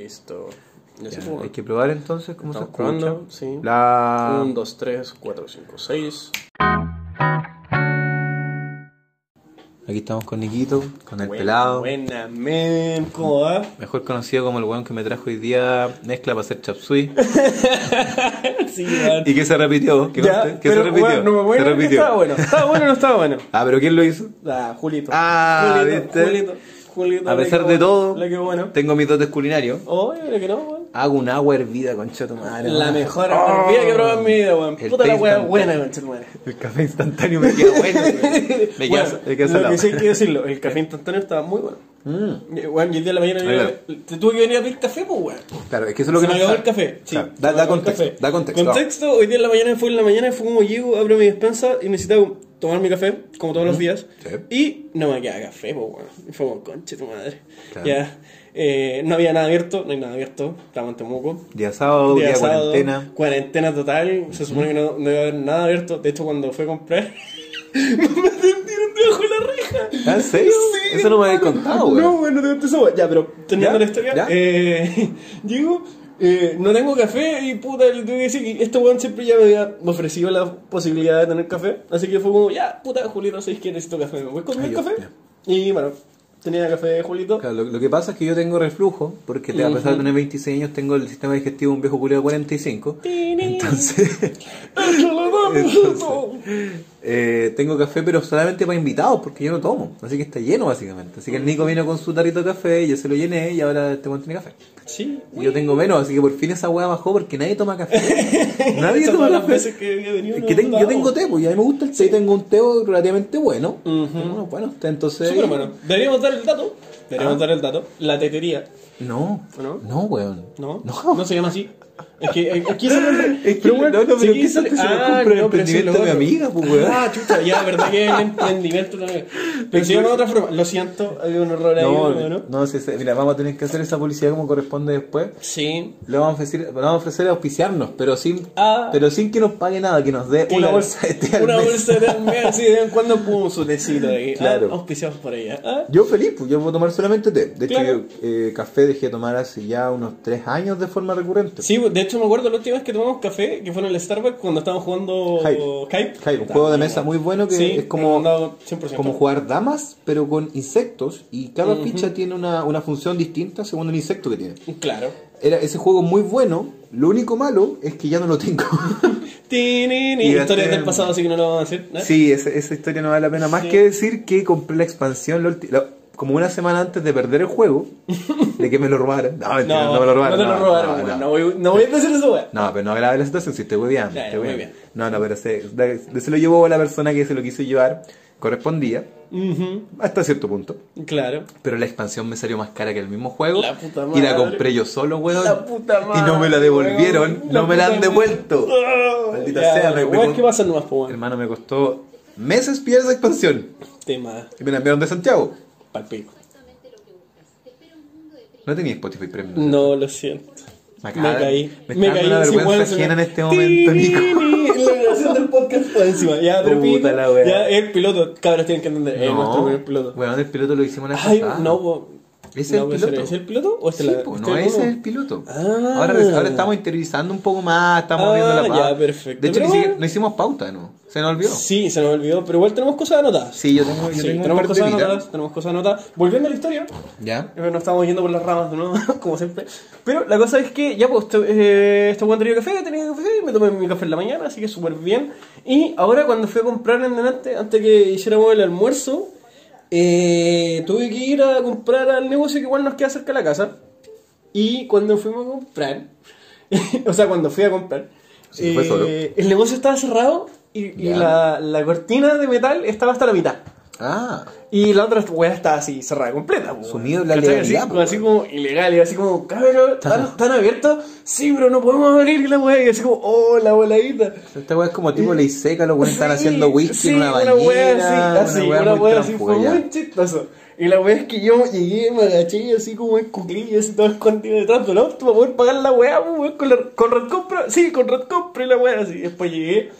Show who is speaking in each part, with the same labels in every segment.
Speaker 1: Listo. Ya
Speaker 2: Ya,
Speaker 1: se pudo.
Speaker 2: hay que probar entonces cómo se
Speaker 1: Estamos
Speaker 2: escucha.
Speaker 1: probando, sí.
Speaker 2: La...
Speaker 1: 1, 2, 3, 4, 5, 6.
Speaker 2: Aquí estamos con Niquito, con el pelado.
Speaker 1: Buena, men. ¿Cómo va?
Speaker 2: Mejor conocido como el weón que me trajo hoy día mezcla para hacer chapsui.
Speaker 1: Sí, man.
Speaker 2: ¿Y qué se repitió? ¿Qué,
Speaker 1: Ya,
Speaker 2: conste? ¿Qué
Speaker 1: pero,
Speaker 2: se repitió?
Speaker 1: bueno, no me voy a
Speaker 2: se
Speaker 1: negar que
Speaker 2: repitió.
Speaker 1: Estaba bueno. Estaba bueno o no estaba bueno.
Speaker 2: Ah, pero ¿quién lo hizo?
Speaker 1: Ah, Julito.
Speaker 2: Ah,
Speaker 1: Julito,
Speaker 2: ¿viste?
Speaker 1: Julito, Julito,
Speaker 2: A
Speaker 1: la
Speaker 2: pesar
Speaker 1: que
Speaker 2: de
Speaker 1: bueno,
Speaker 2: todo,
Speaker 1: La que bueno.
Speaker 2: tengo mis dotes culinarios.
Speaker 1: Oye, la que no, weón.
Speaker 2: Hago un agua hervida, concha tu madre.
Speaker 1: La
Speaker 2: weón.
Speaker 1: mejor
Speaker 2: Oh,
Speaker 1: vida que he probado en mi vida, weón.
Speaker 2: El
Speaker 1: Puta la
Speaker 2: taste
Speaker 1: weá
Speaker 2: and
Speaker 1: buena,
Speaker 2: taste.
Speaker 1: weón. tu madre.
Speaker 2: Oh. El café instantáneo me queda bueno. weón. Me queda,
Speaker 1: Bueno,
Speaker 2: me queda
Speaker 1: lo
Speaker 2: salado.
Speaker 1: que sí hay que decirlo, el café instantáneo estaba muy bueno.
Speaker 2: Eh. Mm,
Speaker 1: Eh, Weón, yo el día de la mañana
Speaker 2: Claro.
Speaker 1: te tuve que venir a pedir café, pues, weón.
Speaker 2: claro, es que eso es lo que
Speaker 1: se me
Speaker 2: no
Speaker 1: acabó el
Speaker 2: está.
Speaker 1: café. Sí,
Speaker 2: Claro,
Speaker 1: se
Speaker 2: da,
Speaker 1: me acabó
Speaker 2: da
Speaker 1: el
Speaker 2: contexto,
Speaker 1: café.
Speaker 2: da contexto.
Speaker 1: Contexto, hoy día en la mañana fue en la mañana, fue como llego, abro mi despensa y necesitaba tomar mi café, como todos los días. Y no me quedaba café, pues bueno. Y fue como, conche tu madre.
Speaker 2: Claro.
Speaker 1: Ya. Eh, no había nada abierto, no hay nada abierto, estaba en Temuco.
Speaker 2: Día sábado, día,
Speaker 1: Día sábado,
Speaker 2: cuarentena.
Speaker 1: cuarentena total, se supone que no, no iba a haber nada abierto. De hecho, cuando fue a comprar, me atendieron debajo de la reja.
Speaker 2: ¿Ah, en serio?
Speaker 1: Sí,
Speaker 2: Eso no me habías
Speaker 1: hermano.
Speaker 2: contado, weón.
Speaker 1: No, bueno, te conté esa weá. Ya, pero terminando
Speaker 2: ¿Ya?
Speaker 1: la historia,
Speaker 2: ¿Ya?
Speaker 1: eh, llego, eh, no tengo café y puta, le tuve que decir que este weón siempre ya me había ofrecido la posibilidad de tener café. Así que fue como, ya, puta, Julito, ¿sabes que necesito café? ¿Me voy a comer
Speaker 2: Ah, ya,
Speaker 1: café?
Speaker 2: ya.
Speaker 1: Y bueno, tenía café de Julito.
Speaker 2: Claro, lo, lo que pasa es que yo tengo reflujo, porque te- a pesar de tener 26 años, tengo el sistema digestivo de un viejo culiado de 45. Entonces,
Speaker 1: Ah, Échale, dame, Julito.
Speaker 2: eh, tengo café, pero solamente para invitados, porque yo no tomo. Así que está lleno, básicamente. Así que el Nico vino con su tarrito de café, yo se lo llené y ahora este weón tiene café.
Speaker 1: Sí,
Speaker 2: Y Yo tengo menos, así que por fin esa weá bajó porque nadie toma café. nadie
Speaker 1: Esa
Speaker 2: toma
Speaker 1: fue las
Speaker 2: café.
Speaker 1: veces que había venido,
Speaker 2: Es
Speaker 1: no
Speaker 2: que tengo-
Speaker 1: tomaba.
Speaker 2: yo tengo té, pues y a mí me gusta el té, tengo un té relativamente bueno. Tengo unos buenos té, entonces.
Speaker 1: Súper bueno. Deberíamos dar el dato. Deberíamos
Speaker 2: Ah.
Speaker 1: dar el dato. La tetería.
Speaker 2: No,
Speaker 1: ¿No?
Speaker 2: no, weón.
Speaker 1: ¿no?
Speaker 2: no.
Speaker 1: se llama así. Es que eh, aquí se
Speaker 2: Es que no, no, pero ¿qué tanto se me compra el emprendimiento de mi amiga, pues, weón?
Speaker 1: Ah, chucha, ya, verdad que es el emprendimiento también. Pero se llama de otra forma. Lo siento, hay un error ahí,
Speaker 2: No,
Speaker 1: ¿no?
Speaker 2: no, sí, sí, mira, vamos a tener que hacer esa publicidad como corresponde después.
Speaker 1: Sí.
Speaker 2: Le vamos a ofrecer, le vamos a ofrecer auspiciarnos, pero sin,
Speaker 1: Ah.
Speaker 2: pero sin que nos pague nada, que nos dé una
Speaker 1: Claro.
Speaker 2: bolsa de té al
Speaker 1: Una
Speaker 2: mes.
Speaker 1: bolsa de té al mes, sí, de vez en cuando pum, su tecito ahí. Claro.
Speaker 2: Claro.
Speaker 1: Ah, auspiciados por ella. Ah,
Speaker 2: Yo feliz, pues yo puedo tomar solamente té. De hecho,
Speaker 1: Claro.
Speaker 2: yo, eh, café dejé de tomar hace ya unos tres años de forma recurrente.
Speaker 1: Sí, de hecho me acuerdo la última vez que tomamos café, que fue en el Starbucks cuando estábamos jugando
Speaker 2: Hype.
Speaker 1: Hype.
Speaker 2: Hype, un juego de mesa muy bueno que
Speaker 1: Sí,
Speaker 2: es como,
Speaker 1: recomendado 100%.
Speaker 2: como jugar damas, pero con insectos. Y cada ficha tiene una, una función distinta según el insecto que tiene.
Speaker 1: Claro.
Speaker 2: Era ese juego muy bueno, lo único malo es que ya no lo tengo.
Speaker 1: Tinini,
Speaker 2: Y
Speaker 1: historias
Speaker 2: gasté-
Speaker 1: del pasado, así que no lo vamos a decir. ¿no?
Speaker 2: sí, esa, esa historia no vale la pena. Más
Speaker 1: Sí.
Speaker 2: que decir que compré la expansión la ulti- la- como una semana antes de perder el juego, de que me lo robaran. No, mentira, no, me lo robaron.
Speaker 1: No te lo robaron,
Speaker 2: no,
Speaker 1: weón.
Speaker 2: no.
Speaker 1: No, voy, no voy a decir eso, weón.
Speaker 2: No, pero no agrave la situación, si estoy hueveando.
Speaker 1: Ya, ya,
Speaker 2: estoy
Speaker 1: muy
Speaker 2: hueveando. No, no, pero se, da- se lo llevó la persona que se lo quiso llevar, correspondía, hasta cierto punto.
Speaker 1: Ujú, Claro.
Speaker 2: Pero la expansión me salió más cara que el mismo juego.
Speaker 1: La puta
Speaker 2: Y la
Speaker 1: madre.
Speaker 2: compré yo solo, weón.
Speaker 1: La puta madre,
Speaker 2: y no me la devolvieron,
Speaker 1: weón.
Speaker 2: no me la
Speaker 1: puta
Speaker 2: han
Speaker 1: madre.
Speaker 2: devuelto.
Speaker 1: Ah,
Speaker 2: Maldita
Speaker 1: ya,
Speaker 2: sea, me- me
Speaker 1: weón,
Speaker 2: con-
Speaker 1: ¿Qué pasa nomás, po, weón?
Speaker 2: Hermano, me costó meses pillar esa expansión.
Speaker 1: Tema
Speaker 2: Y me la enviaron de Santiago.
Speaker 1: pa'l pico.
Speaker 2: No tenía Spotify Premium.
Speaker 1: No, lo siento. Me
Speaker 2: acaba-
Speaker 1: caí.
Speaker 2: Me,
Speaker 1: Me
Speaker 2: está
Speaker 1: caí.
Speaker 2: dando una
Speaker 1: sí,
Speaker 2: vergüenza
Speaker 1: weón, se me-
Speaker 2: ajena en este momento, Nico.
Speaker 1: Tinini, La grabación del podcast por encima. Ya, pero
Speaker 2: Puta
Speaker 1: pico.
Speaker 2: la weá.
Speaker 1: Ya, es piloto. Cabros, tienen que entender. Es Eh, nuestro primer piloto.
Speaker 2: Weón, el piloto lo hicimos la
Speaker 1: Ay,
Speaker 2: pasada.
Speaker 1: no, po.
Speaker 2: ¿Ese
Speaker 1: No,
Speaker 2: es
Speaker 1: pero
Speaker 2: el piloto?
Speaker 1: ¿Es el piloto o este
Speaker 2: Sí,
Speaker 1: la-
Speaker 2: po,
Speaker 1: este
Speaker 2: no,
Speaker 1: el
Speaker 2: ese
Speaker 1: uno?
Speaker 2: es el piloto.
Speaker 1: Ah.
Speaker 2: Ahora, ahora estamos interiorizando un poco más, estamos
Speaker 1: Ah,
Speaker 2: viendo la
Speaker 1: ya,
Speaker 2: pauta.
Speaker 1: perfecto.
Speaker 2: De hecho,
Speaker 1: Pero
Speaker 2: ni siquiera-
Speaker 1: bueno.
Speaker 2: no hicimos pauta, ¿no? Se nos olvidó.
Speaker 1: Sí, se nos olvidó, pero igual tenemos cosas anotadas.
Speaker 2: Sí, yo tengo,
Speaker 1: Sí,
Speaker 2: yo tengo un
Speaker 1: tenemos
Speaker 2: par de
Speaker 1: cosas
Speaker 2: vidas.
Speaker 1: anotadas, tenemos cosas anotadas. Volviendo a la historia,
Speaker 2: ¿Ya?
Speaker 1: eh, nos estamos yendo por las ramas de nuevo, como siempre. Pero la cosa es que ya, pues, este eh, este weón tenía café, tenía café, me tomé mi café en la mañana, así que súper bien. Y ahora cuando fui a comprar en delante, antes que hiciéramos el almuerzo, eh, tuve que ir a comprar al negocio que igual nos queda cerca de la casa. Y cuando fuimos a comprar, o sea, cuando fui a comprar, eh,
Speaker 2: Sí, fue solo.
Speaker 1: el negocio estaba cerrado y, y
Speaker 2: Ya.
Speaker 1: la, la cortina de metal estaba hasta la mitad.
Speaker 2: Ah,
Speaker 1: Y la otra weá estaba así, cerrada completa. po,
Speaker 2: Sumido en la
Speaker 1: weón. ¿Cachai?
Speaker 2: ilegalidad,
Speaker 1: Así,
Speaker 2: po,
Speaker 1: así como ilegal, y así como, cabrón, ¿están, están abiertos? Sí, pero no podemos abrir la weá. Y así como, oh, la voladita.
Speaker 2: esta weá es como tipo ley seca, los weones están
Speaker 1: Sí,
Speaker 2: haciendo whisky
Speaker 1: sí,
Speaker 2: en una bañera.
Speaker 1: wea así, así,
Speaker 2: wea
Speaker 1: una
Speaker 2: muy
Speaker 1: wea así,
Speaker 2: trampuda,
Speaker 1: fue
Speaker 2: ya.
Speaker 1: muy chistoso. Y la wea es que yo llegué, me agaché así como en cuclillas y todo escondido detrás del auto para poder pagar la wea, pues, weón, con, la, con Red Compra, sí, con Red Compra y la wea así. Después llegué,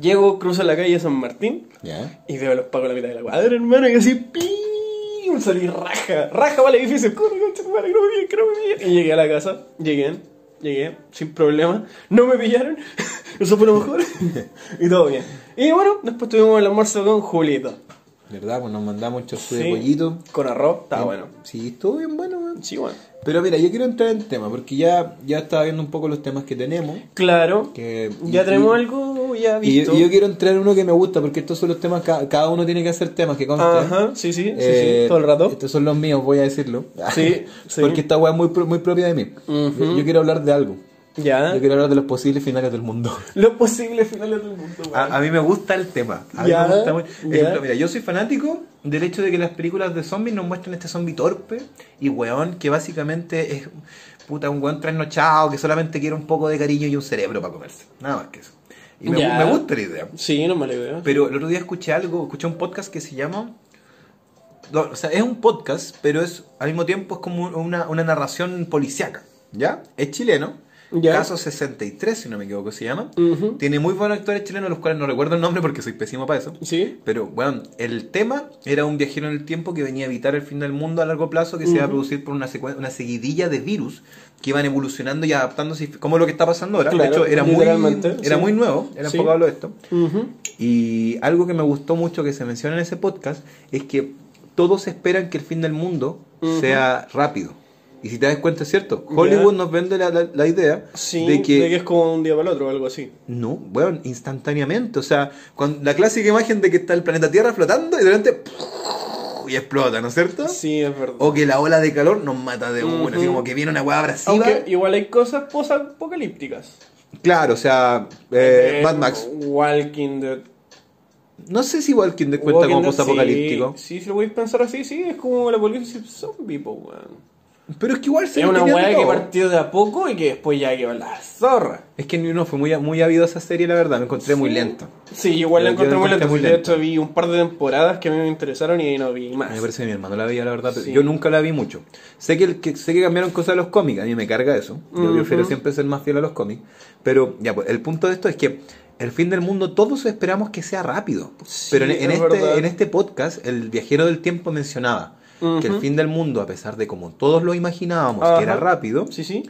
Speaker 1: llego, cruzo la calle San Martín
Speaker 2: Ya.
Speaker 1: y veo los pagos a la mitad de la cuadra, hermano, y así, ¡pim! Salí raja, raja para el edificio, corre, concha tu para que no me pillen, que no me pillen. Y llegué a la casa, llegué, llegué, sin problema. No me pillaron, eso fue lo mejor. y todo bien. Y bueno, después tuvimos el almuerzo con Julito.
Speaker 2: ¿Verdad? Pues nos mandamos un chorro de
Speaker 1: Sí.
Speaker 2: pollito.
Speaker 1: Con arroz, está
Speaker 2: Bien.
Speaker 1: bueno.
Speaker 2: Sí, estuvo bien bueno, weón.
Speaker 1: Sí, bueno.
Speaker 2: Pero mira, yo quiero entrar en tema, porque ya, ya estaba viendo un poco los temas que tenemos.
Speaker 1: Claro,
Speaker 2: Que,
Speaker 1: ya
Speaker 2: y-
Speaker 1: tenemos
Speaker 2: y-
Speaker 1: algo ya
Speaker 2: Y yo,
Speaker 1: visto.
Speaker 2: y yo quiero entrar en uno que me gusta, porque estos son los temas, ca- cada uno tiene que hacer temas que conste.
Speaker 1: Ajá, sí, sí, sí,
Speaker 2: Eh,
Speaker 1: sí, todo el rato.
Speaker 2: Estos son los míos, voy a decirlo.
Speaker 1: Sí, sí.
Speaker 2: Porque esta weá es muy, pro- muy propia de mí. yo, yo quiero hablar de algo.
Speaker 1: Ya.
Speaker 2: Yo quiero hablar de los posibles finales del mundo.
Speaker 1: Los posibles finales del mundo, weón.
Speaker 2: A, a mí me gusta el tema. A mí
Speaker 1: Ya,
Speaker 2: me gusta muy- Por
Speaker 1: ya.
Speaker 2: ejemplo, mira, yo soy fanático del hecho de que las películas de zombies nos muestran este zombie torpe y weón que básicamente es puta un weón trasnochado que solamente quiere un poco de cariño y un cerebro para comerse. Nada más que eso. Y me,
Speaker 1: Ya.
Speaker 2: me gusta la idea.
Speaker 1: Sí, no me le veo.
Speaker 2: Pero el otro día escuché algo, escuché un podcast que se llama... no, o sea, es un podcast, pero es al mismo tiempo es como una, una narración policiaca. ¿Ya? Es chileno.
Speaker 1: Ya.
Speaker 2: Caso 63, si no me equivoco, se llama.
Speaker 1: Ujú.
Speaker 2: Tiene muy buenos actores chilenos, los cuales no recuerdo el nombre porque soy pésimo para eso.
Speaker 1: Sí.
Speaker 2: Pero, bueno, el tema era un viajero en el tiempo que venía a evitar el fin del mundo a largo plazo que se iba a producir por una, secuen- una seguidilla de virus que iban evolucionando y adaptándose, y- como lo que está pasando ahora. de
Speaker 1: Claro,
Speaker 2: hecho, era, muy,
Speaker 1: literalmente,
Speaker 2: era
Speaker 1: sí.
Speaker 2: muy nuevo, era
Speaker 1: Sí.
Speaker 2: poco hablo de esto.
Speaker 1: Ujú.
Speaker 2: Y algo que me gustó mucho que se menciona en ese podcast es que todos esperan que el fin del mundo
Speaker 1: Ujú.
Speaker 2: sea rápido. Y si te das cuenta, es cierto. Hollywood nos vende la, la- la idea
Speaker 1: Sí,
Speaker 2: de que
Speaker 1: es como un día para el otro o algo así.
Speaker 2: no, weón, instantáneamente. O sea, con la clásica imagen de que está el planeta Tierra flotando y de repente ¡puf! y explota, ¿no es cierto?
Speaker 1: Sí, es verdad.
Speaker 2: ¿Ah? O que la ola de calor nos mata de una,
Speaker 1: Ujú.
Speaker 2: así como que viene una weá abrasiva.
Speaker 1: Aunque igual hay cosas posapocalípticas.
Speaker 2: Claro, o sea, eh,
Speaker 1: Eh,
Speaker 2: Mad Max.
Speaker 1: Walking Dead.
Speaker 2: No sé si Walking Dead cuenta
Speaker 1: Walking
Speaker 2: como
Speaker 1: Dead,
Speaker 2: postapocalíptico.
Speaker 1: Sí, sí, si lo voy a pensar así, sí, es como el apocalipsis zombie, po, weón.
Speaker 2: Pero es que igual se
Speaker 1: es una
Speaker 2: mantenía
Speaker 1: weá
Speaker 2: todo.
Speaker 1: que partió de a poco y que después ya quedó la zorra.
Speaker 2: Es que no, fue muy, muy ávido esa serie, la verdad. Me encontré muy
Speaker 1: Sí.
Speaker 2: lento.
Speaker 1: Sí, igual la
Speaker 2: Yo- yo
Speaker 1: encontré muy
Speaker 2: la encontré
Speaker 1: lenta.
Speaker 2: muy
Speaker 1: De
Speaker 2: lenta.
Speaker 1: hecho, vi un par de temporadas que a mí me interesaron y ahí no vi
Speaker 2: A mí
Speaker 1: más.
Speaker 2: Me parece que mi hermano la veía, la verdad, pero
Speaker 1: Sí.
Speaker 2: yo nunca la vi mucho. Sé que, el, que sé que cambiaron cosas de los cómics, a mí me carga eso. Yo
Speaker 1: Ujú.
Speaker 2: prefiero siempre ser más fiel a los cómics. Pero ya, pues, el punto de esto es que el fin del mundo todos esperamos que sea rápido.
Speaker 1: Sí,
Speaker 2: pero en, en
Speaker 1: es verdad.
Speaker 2: este, en este podcast, el viajero del tiempo mencionaba que el
Speaker 1: Ujú.
Speaker 2: fin del mundo, a pesar de como todos lo imaginábamos, que era
Speaker 1: Ajá.
Speaker 2: rápido,
Speaker 1: Sí, sí.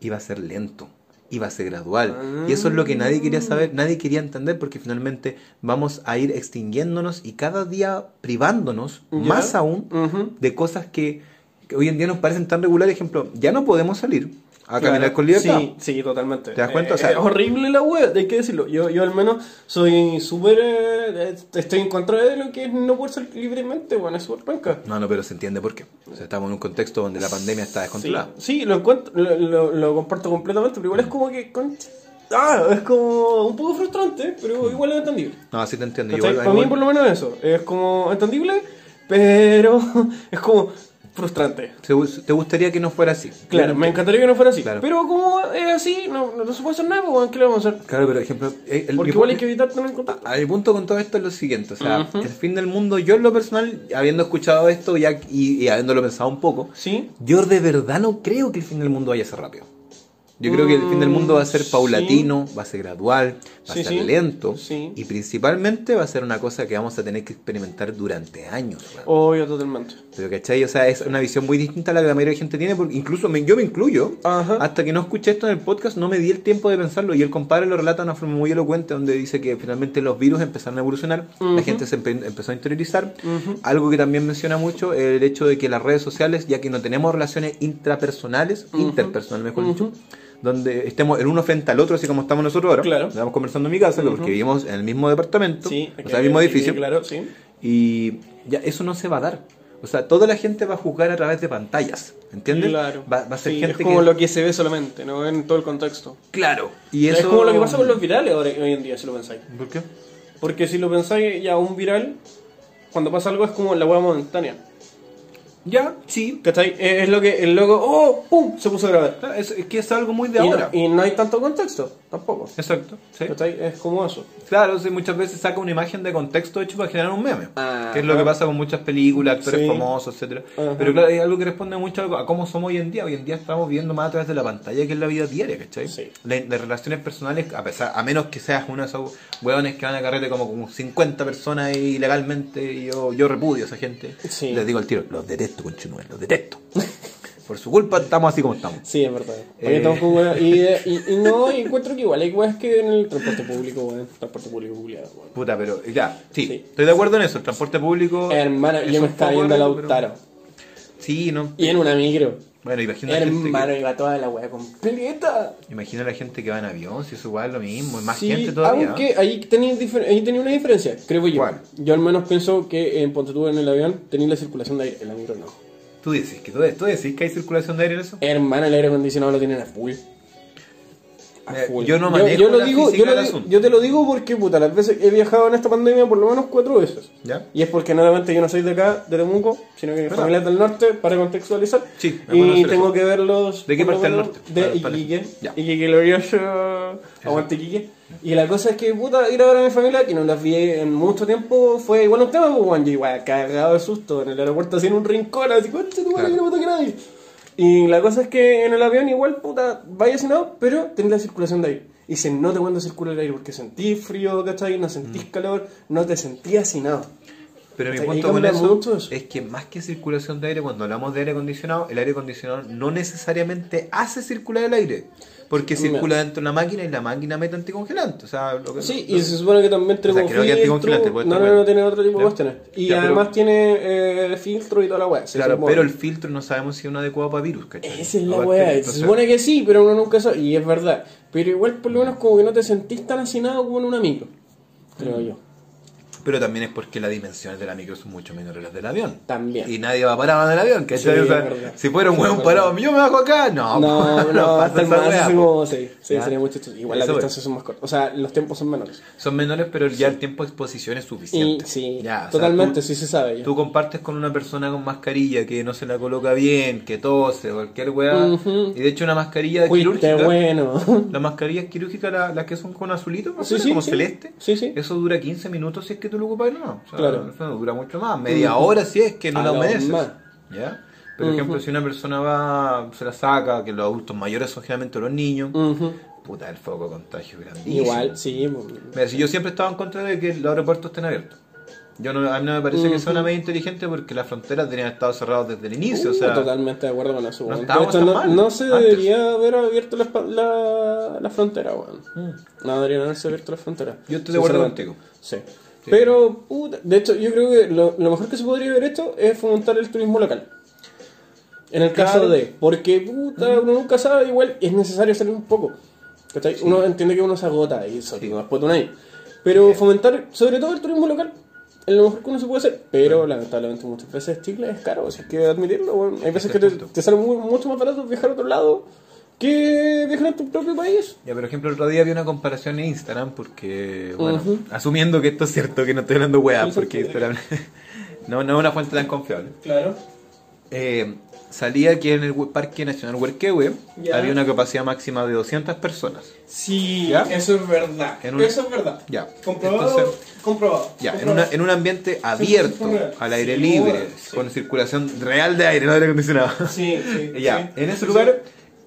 Speaker 2: iba a ser lento, iba a ser gradual.
Speaker 1: Ah.
Speaker 2: Y eso es lo que nadie quería saber, nadie quería entender, porque finalmente vamos a ir extinguiéndonos y cada día privándonos,
Speaker 1: Ya.
Speaker 2: más aún,
Speaker 1: Ujú.
Speaker 2: de cosas que, que hoy en día nos parecen tan regulares. Ejemplo, ya no podemos salir a caminar
Speaker 1: Claro.
Speaker 2: con libertad.
Speaker 1: Sí, sí, totalmente.
Speaker 2: ¿Te das cuenta?
Speaker 1: Eh,
Speaker 2: O sea-
Speaker 1: es horrible la web, hay que decirlo. Yo, yo al menos soy súper. eh, estoy en contra de lo que es no poder salir libremente, bueno, es súper penca.
Speaker 2: No, no, pero se entiende por qué. O sea, estamos en un contexto donde la pandemia está descontrolada.
Speaker 1: Sí, sí, lo, encuentro, lo, lo- lo comparto completamente, pero igual es como que. concha, ah, es como un poco frustrante, pero igual es entendible.
Speaker 2: No, así te entiendo.
Speaker 1: ¿Cachai?
Speaker 2: Igual-
Speaker 1: Para mí,
Speaker 2: igual-
Speaker 1: por lo menos, eso. Es como entendible, pero es como frustrante.
Speaker 2: se- te gustaría que no fuera así.
Speaker 1: Claro, me encantaría que no fuera así.
Speaker 2: Claro.
Speaker 1: Pero como es así, no, no, se puede hacer nada, pues, ¿qué le vamos a hacer?
Speaker 2: Claro, pero ejemplo, eh, el-
Speaker 1: Porque
Speaker 2: mi-
Speaker 1: igual hay que evitar tener contacto.
Speaker 2: A mi punto con todo esto es lo siguiente, o sea,
Speaker 1: Ujú.
Speaker 2: el fin del mundo, yo en lo personal, habiendo escuchado esto ya, y, y habiéndolo pensado un poco,
Speaker 1: Sí.
Speaker 2: yo de verdad no creo que el fin del mundo vaya a ser rápido. Yo creo que el fin del mundo va a ser
Speaker 1: Mm,
Speaker 2: paulatino, va a ser gradual, va
Speaker 1: Sí,
Speaker 2: a ser
Speaker 1: sí.
Speaker 2: lento
Speaker 1: Sí.
Speaker 2: y principalmente va a ser una cosa que vamos a tener que experimentar durante años. weón.
Speaker 1: Obvio, totalmente.
Speaker 2: Pero ¿cachai? O sea, es una visión muy distinta a la que la mayoría de gente tiene, porque incluso me- yo me incluyo.
Speaker 1: Ajá.
Speaker 2: Hasta que no escuché esto en el podcast, no me di el tiempo de pensarlo. Y el compadre lo relata de una forma muy elocuente, donde dice que finalmente los virus empezaron a evolucionar, la
Speaker 1: Ujú.
Speaker 2: gente se empe- empezó a interiorizar.
Speaker 1: Ujú.
Speaker 2: Algo que también menciona mucho, el hecho de que las redes sociales, ya que no tenemos relaciones intrapersonales, interpersonales mejor dicho, donde estemos el uno frente al otro, así como estamos nosotros ahora.
Speaker 1: Claro.
Speaker 2: Estamos conversando en mi casa, porque vivimos en el mismo departamento,
Speaker 1: Sí.
Speaker 2: o sea, el mismo
Speaker 1: sí,
Speaker 2: edificio.
Speaker 1: Claro, sí.
Speaker 2: Y ya eso no se va a dar. O sea, toda la gente va a juzgar a través de pantallas, ¿entiendes?
Speaker 1: Claro.
Speaker 2: Va, va a ser
Speaker 1: Sí,
Speaker 2: gente
Speaker 1: es como
Speaker 2: que...
Speaker 1: lo que se ve solamente, no en todo el contexto.
Speaker 2: Claro. Y eso...
Speaker 1: Es como lo que pasa con los virales ahora, hoy en día, si lo pensáis.
Speaker 2: ¿Por qué?
Speaker 1: Porque si lo pensáis, ya un viral, cuando pasa algo es como la hueá momentánea.
Speaker 2: Ya, sí.
Speaker 1: ¿Cachai? Es es lo que el loco, ¡oh! ¡Pum! Se puso a grabar.
Speaker 2: Claro, Es, es que es algo muy de
Speaker 1: Y no,
Speaker 2: ahora.
Speaker 1: y no hay tanto contexto, tampoco.
Speaker 2: Exacto. sí.
Speaker 1: ¿Cachai? Es como eso.
Speaker 2: Claro, sí, muchas veces saca una imagen de contexto hecho para generar un meme.
Speaker 1: Ah, Ajá.
Speaker 2: Que es lo que pasa con muchas películas, actores
Speaker 1: Sí.
Speaker 2: famosos, etcétera
Speaker 1: Ajá.
Speaker 2: Pero claro, es algo que responde mucho a cómo somos hoy en día. Hoy en día estamos viendo más a través de la pantalla que es la vida diaria, ¿cachai?
Speaker 1: Sí.
Speaker 2: La- Las relaciones personales, a pesar a menos que seas uno de esos hueones que van a carrete como con 50 personas ilegalmente, y yo, yo repudio a esa gente.
Speaker 1: Sí.
Speaker 2: Les digo al tiro, los detesto, conchetumare, los detesto. Por su culpa estamos así como estamos.
Speaker 1: Sí, es verdad. Porque
Speaker 2: Eh.
Speaker 1: estamos con weas- y, eh, y, y no, y encuentro que igual hay weas que en el transporte público, weón. Transporte público, culiado, weón.
Speaker 2: Puta, pero ya, sí,
Speaker 1: Sí.
Speaker 2: estoy de acuerdo en eso. El transporte público.
Speaker 1: Hermano,
Speaker 2: es
Speaker 1: yo me
Speaker 2: un
Speaker 1: estaba
Speaker 2: poco
Speaker 1: yendo a
Speaker 2: rico, pero-
Speaker 1: Lautaro.
Speaker 2: Sí, no.
Speaker 1: Y en una micro.
Speaker 2: Bueno, imagina, la
Speaker 1: Hermano,
Speaker 2: gente
Speaker 1: iba toda la wea completa.
Speaker 2: que, imagina la gente que va en avión, si eso igual es lo mismo, es más
Speaker 1: Sí,
Speaker 2: gente todavía.
Speaker 1: Aunque ahí tenía, difer- ahí tenía una diferencia, creo yo.
Speaker 2: ¿Cuál?
Speaker 1: Yo al menos pienso que en Ponte tú en el avión tenía la circulación de aire, en la micro no.
Speaker 2: ¿Tú decís, que, tú, tú decís que hay circulación de aire en eso?
Speaker 1: Hermano, el aire acondicionado lo tienen a full. A
Speaker 2: Eh,
Speaker 1: full.
Speaker 2: yo no manejo
Speaker 1: yo, lo
Speaker 2: la
Speaker 1: digo,
Speaker 2: física
Speaker 1: yo, lo
Speaker 2: del
Speaker 1: digo-
Speaker 2: asunto.
Speaker 1: yo te lo digo porque, puta, las veces he viajado en esta pandemia por lo menos cuatro veces.
Speaker 2: ¿Ya?
Speaker 1: Y es porque nuevamente yo no soy de acá, de Temuco, sino que mi
Speaker 2: ¿Verdad?
Speaker 1: familia es del norte, para contextualizar.
Speaker 2: Sí, me acuerdo de
Speaker 1: y
Speaker 2: hacer
Speaker 1: tengo
Speaker 2: eso.
Speaker 1: que verlos.
Speaker 2: ¿De qué parte del
Speaker 1: cuando-
Speaker 2: norte?
Speaker 1: De
Speaker 2: Para- para-
Speaker 1: Iquique.
Speaker 2: Ya.
Speaker 1: Iquique glorioso. Aguante Iquique. Y la cosa es que, puta, ir a ver a mi familia, que no las vi en mucho tiempo, fue igual un tema, pues, bueno, yo igual cagado de susto en el aeropuerto, así en un rincón, así, coche, tu madre,
Speaker 2: Claro.
Speaker 1: que no me toque nadie. Y la cosa es que en el avión igual, puta, vaya si no, pero tenés la circulación de aire. Y se nota cuando circula el aire, porque sentís frío, ¿cachai? No
Speaker 2: Mm.
Speaker 1: sentís calor, no te sentís hacinado.
Speaker 2: Pero mi
Speaker 1: Ahí
Speaker 2: punto con
Speaker 1: cambia
Speaker 2: eso,
Speaker 1: mucho eso.
Speaker 2: es que más que circulación de aire, cuando hablamos de aire acondicionado, el aire acondicionado no necesariamente hace circular el aire. Porque circula dentro de la máquina y la máquina mete anticongelante. O sea, lo que,
Speaker 1: Sí,
Speaker 2: lo-
Speaker 1: y se supone que también
Speaker 2: sea,
Speaker 1: tiene como
Speaker 2: creo que anticongelante,
Speaker 1: filtro.
Speaker 2: puede
Speaker 1: No, no,
Speaker 2: estar
Speaker 1: no,
Speaker 2: bien.
Speaker 1: tiene otro tipo de
Speaker 2: Ya.
Speaker 1: cuestiones. Y
Speaker 2: Ya, pero-
Speaker 1: además tiene eh, filtro y toda la weá. se
Speaker 2: claro,
Speaker 1: supone.
Speaker 2: pero el filtro no sabemos si es un adecuado para virus, ¿cachai?
Speaker 1: Esa es la
Speaker 2: Aparte,
Speaker 1: weá. Se
Speaker 2: entonces-
Speaker 1: supone que sí, pero uno nunca sabe. Y es verdad. Pero igual, por lo menos, como que no te sentís tan hacinado como en un amigo. Creo yo.
Speaker 2: Pero también es porque las dimensiones de la micro son mucho menores a las del avión.
Speaker 1: También.
Speaker 2: Y nadie va parado en el avión, ¿cachai?
Speaker 1: Sí,
Speaker 2: O sea,
Speaker 1: es verdad.
Speaker 2: si fuera un hueón
Speaker 1: Es
Speaker 2: parado, yo me bajo acá. Ah, No,
Speaker 1: No, no,
Speaker 2: pasa
Speaker 1: hasta el
Speaker 2: esa
Speaker 1: más
Speaker 2: weá,
Speaker 1: así
Speaker 2: po.
Speaker 1: como- Sí, sí,
Speaker 2: Ya.
Speaker 1: sería mucho. chistoso. Igual las
Speaker 2: Eso es.
Speaker 1: distancias son más cortas. O sea, los tiempos son menores.
Speaker 2: Son menores, pero ya el tiempo de exposición es
Speaker 1: Y
Speaker 2: suficiente.
Speaker 1: sí,
Speaker 2: Ya, o sea,
Speaker 1: totalmente,
Speaker 2: tú-
Speaker 1: sí se sabe. ya.
Speaker 2: Tú compartes con una persona con mascarilla que no se la coloca bien, que tose, cualquier weá.
Speaker 1: Ujú.
Speaker 2: Y de hecho, una mascarilla
Speaker 1: Fuiste
Speaker 2: quirúrgica.
Speaker 1: bueno.
Speaker 2: Las mascarillas quirúrgicas, la- las que son con azulito, más o
Speaker 1: Sí,
Speaker 2: menos,
Speaker 1: sí,
Speaker 2: como
Speaker 1: sí.
Speaker 2: celeste,
Speaker 1: Sí, sí.
Speaker 2: eso dura 15 minutos si es que tú lo ocupas no. O sea,
Speaker 1: Claro.
Speaker 2: Eso no dura mucho más, media
Speaker 1: Ujú.
Speaker 2: hora si es que no
Speaker 1: A
Speaker 2: la
Speaker 1: lo
Speaker 2: humedeces.
Speaker 1: más.
Speaker 2: ¿ya? Por ejemplo, si una persona va, se la saca, que los adultos mayores son generalmente los niños,
Speaker 1: Ujú.
Speaker 2: puta, el foco de contagio es grandísimo.
Speaker 1: Mm. Igual, sí. pues,
Speaker 2: Mira, si yo siempre estaba en contra de que los aeropuertos estén abiertos. Yo no, a mí no me parece que sea una medida inteligente porque las fronteras tenían estado cerradas desde el inicio. o
Speaker 1: Uh,
Speaker 2: sea,
Speaker 1: totalmente de acuerdo con eso,
Speaker 2: no
Speaker 1: weón.
Speaker 2: estábamos
Speaker 1: Pero esto no,
Speaker 2: tan mal
Speaker 1: no se
Speaker 2: antes.
Speaker 1: debería haber abierto la, espa- la, la frontera, weón.
Speaker 2: Mm.
Speaker 1: No deberían haberse abierto la frontera.
Speaker 2: Yo estoy de acuerdo
Speaker 1: sinceramente.
Speaker 2: contigo.
Speaker 1: Sí. Pero, puta, de hecho, yo creo que lo, lo mejor que se podría haber hecho es fomentar el turismo local. En el caso
Speaker 2: Claro.
Speaker 1: de, porque puta, uno nunca sabe, igual es necesario salir un poco. ¿Cachai? Uno entiende que uno se agota y eso,
Speaker 2: Sí.
Speaker 1: no después de un año. Pero fomentar, sobre todo el turismo local, es lo mejor que uno se puede hacer. Pero lamentablemente muchas veces Chile es caro, si es que admitirlo. weón. Hay veces
Speaker 2: Ese
Speaker 1: que te,
Speaker 2: es punto.
Speaker 1: te sale muy- mucho más barato viajar a otro lado que viajar a tu propio país.
Speaker 2: Ya, por ejemplo, el otro día vi una comparación en Instagram porque, bueno,
Speaker 1: Ujú.
Speaker 2: asumiendo que esto es cierto, que no estoy hablando weá,
Speaker 1: Sí, sí,
Speaker 2: porque
Speaker 1: sí.
Speaker 2: Instagram no, no es una fuente tan confiable.
Speaker 1: Claro.
Speaker 2: Eh, salía que en el Parque Nacional Huerquehue
Speaker 1: Ya.
Speaker 2: había una capacidad máxima de 200 personas.
Speaker 1: Sí,
Speaker 2: ¿Ya?
Speaker 1: eso es verdad.
Speaker 2: En un-
Speaker 1: Eso es verdad.
Speaker 2: Ya.
Speaker 1: Comprobado.
Speaker 2: Entonces-
Speaker 1: comprobado.
Speaker 2: Ya, en,
Speaker 1: comprobado.
Speaker 2: una- en un ambiente abierto,
Speaker 1: real.
Speaker 2: al aire
Speaker 1: Sí,
Speaker 2: libre,
Speaker 1: bueno, sí.
Speaker 2: con circulación real de aire, no aire acondicionado.
Speaker 1: Sí, sí.
Speaker 2: ya,
Speaker 1: sí.
Speaker 2: en ese
Speaker 1: Sí,
Speaker 2: lugar,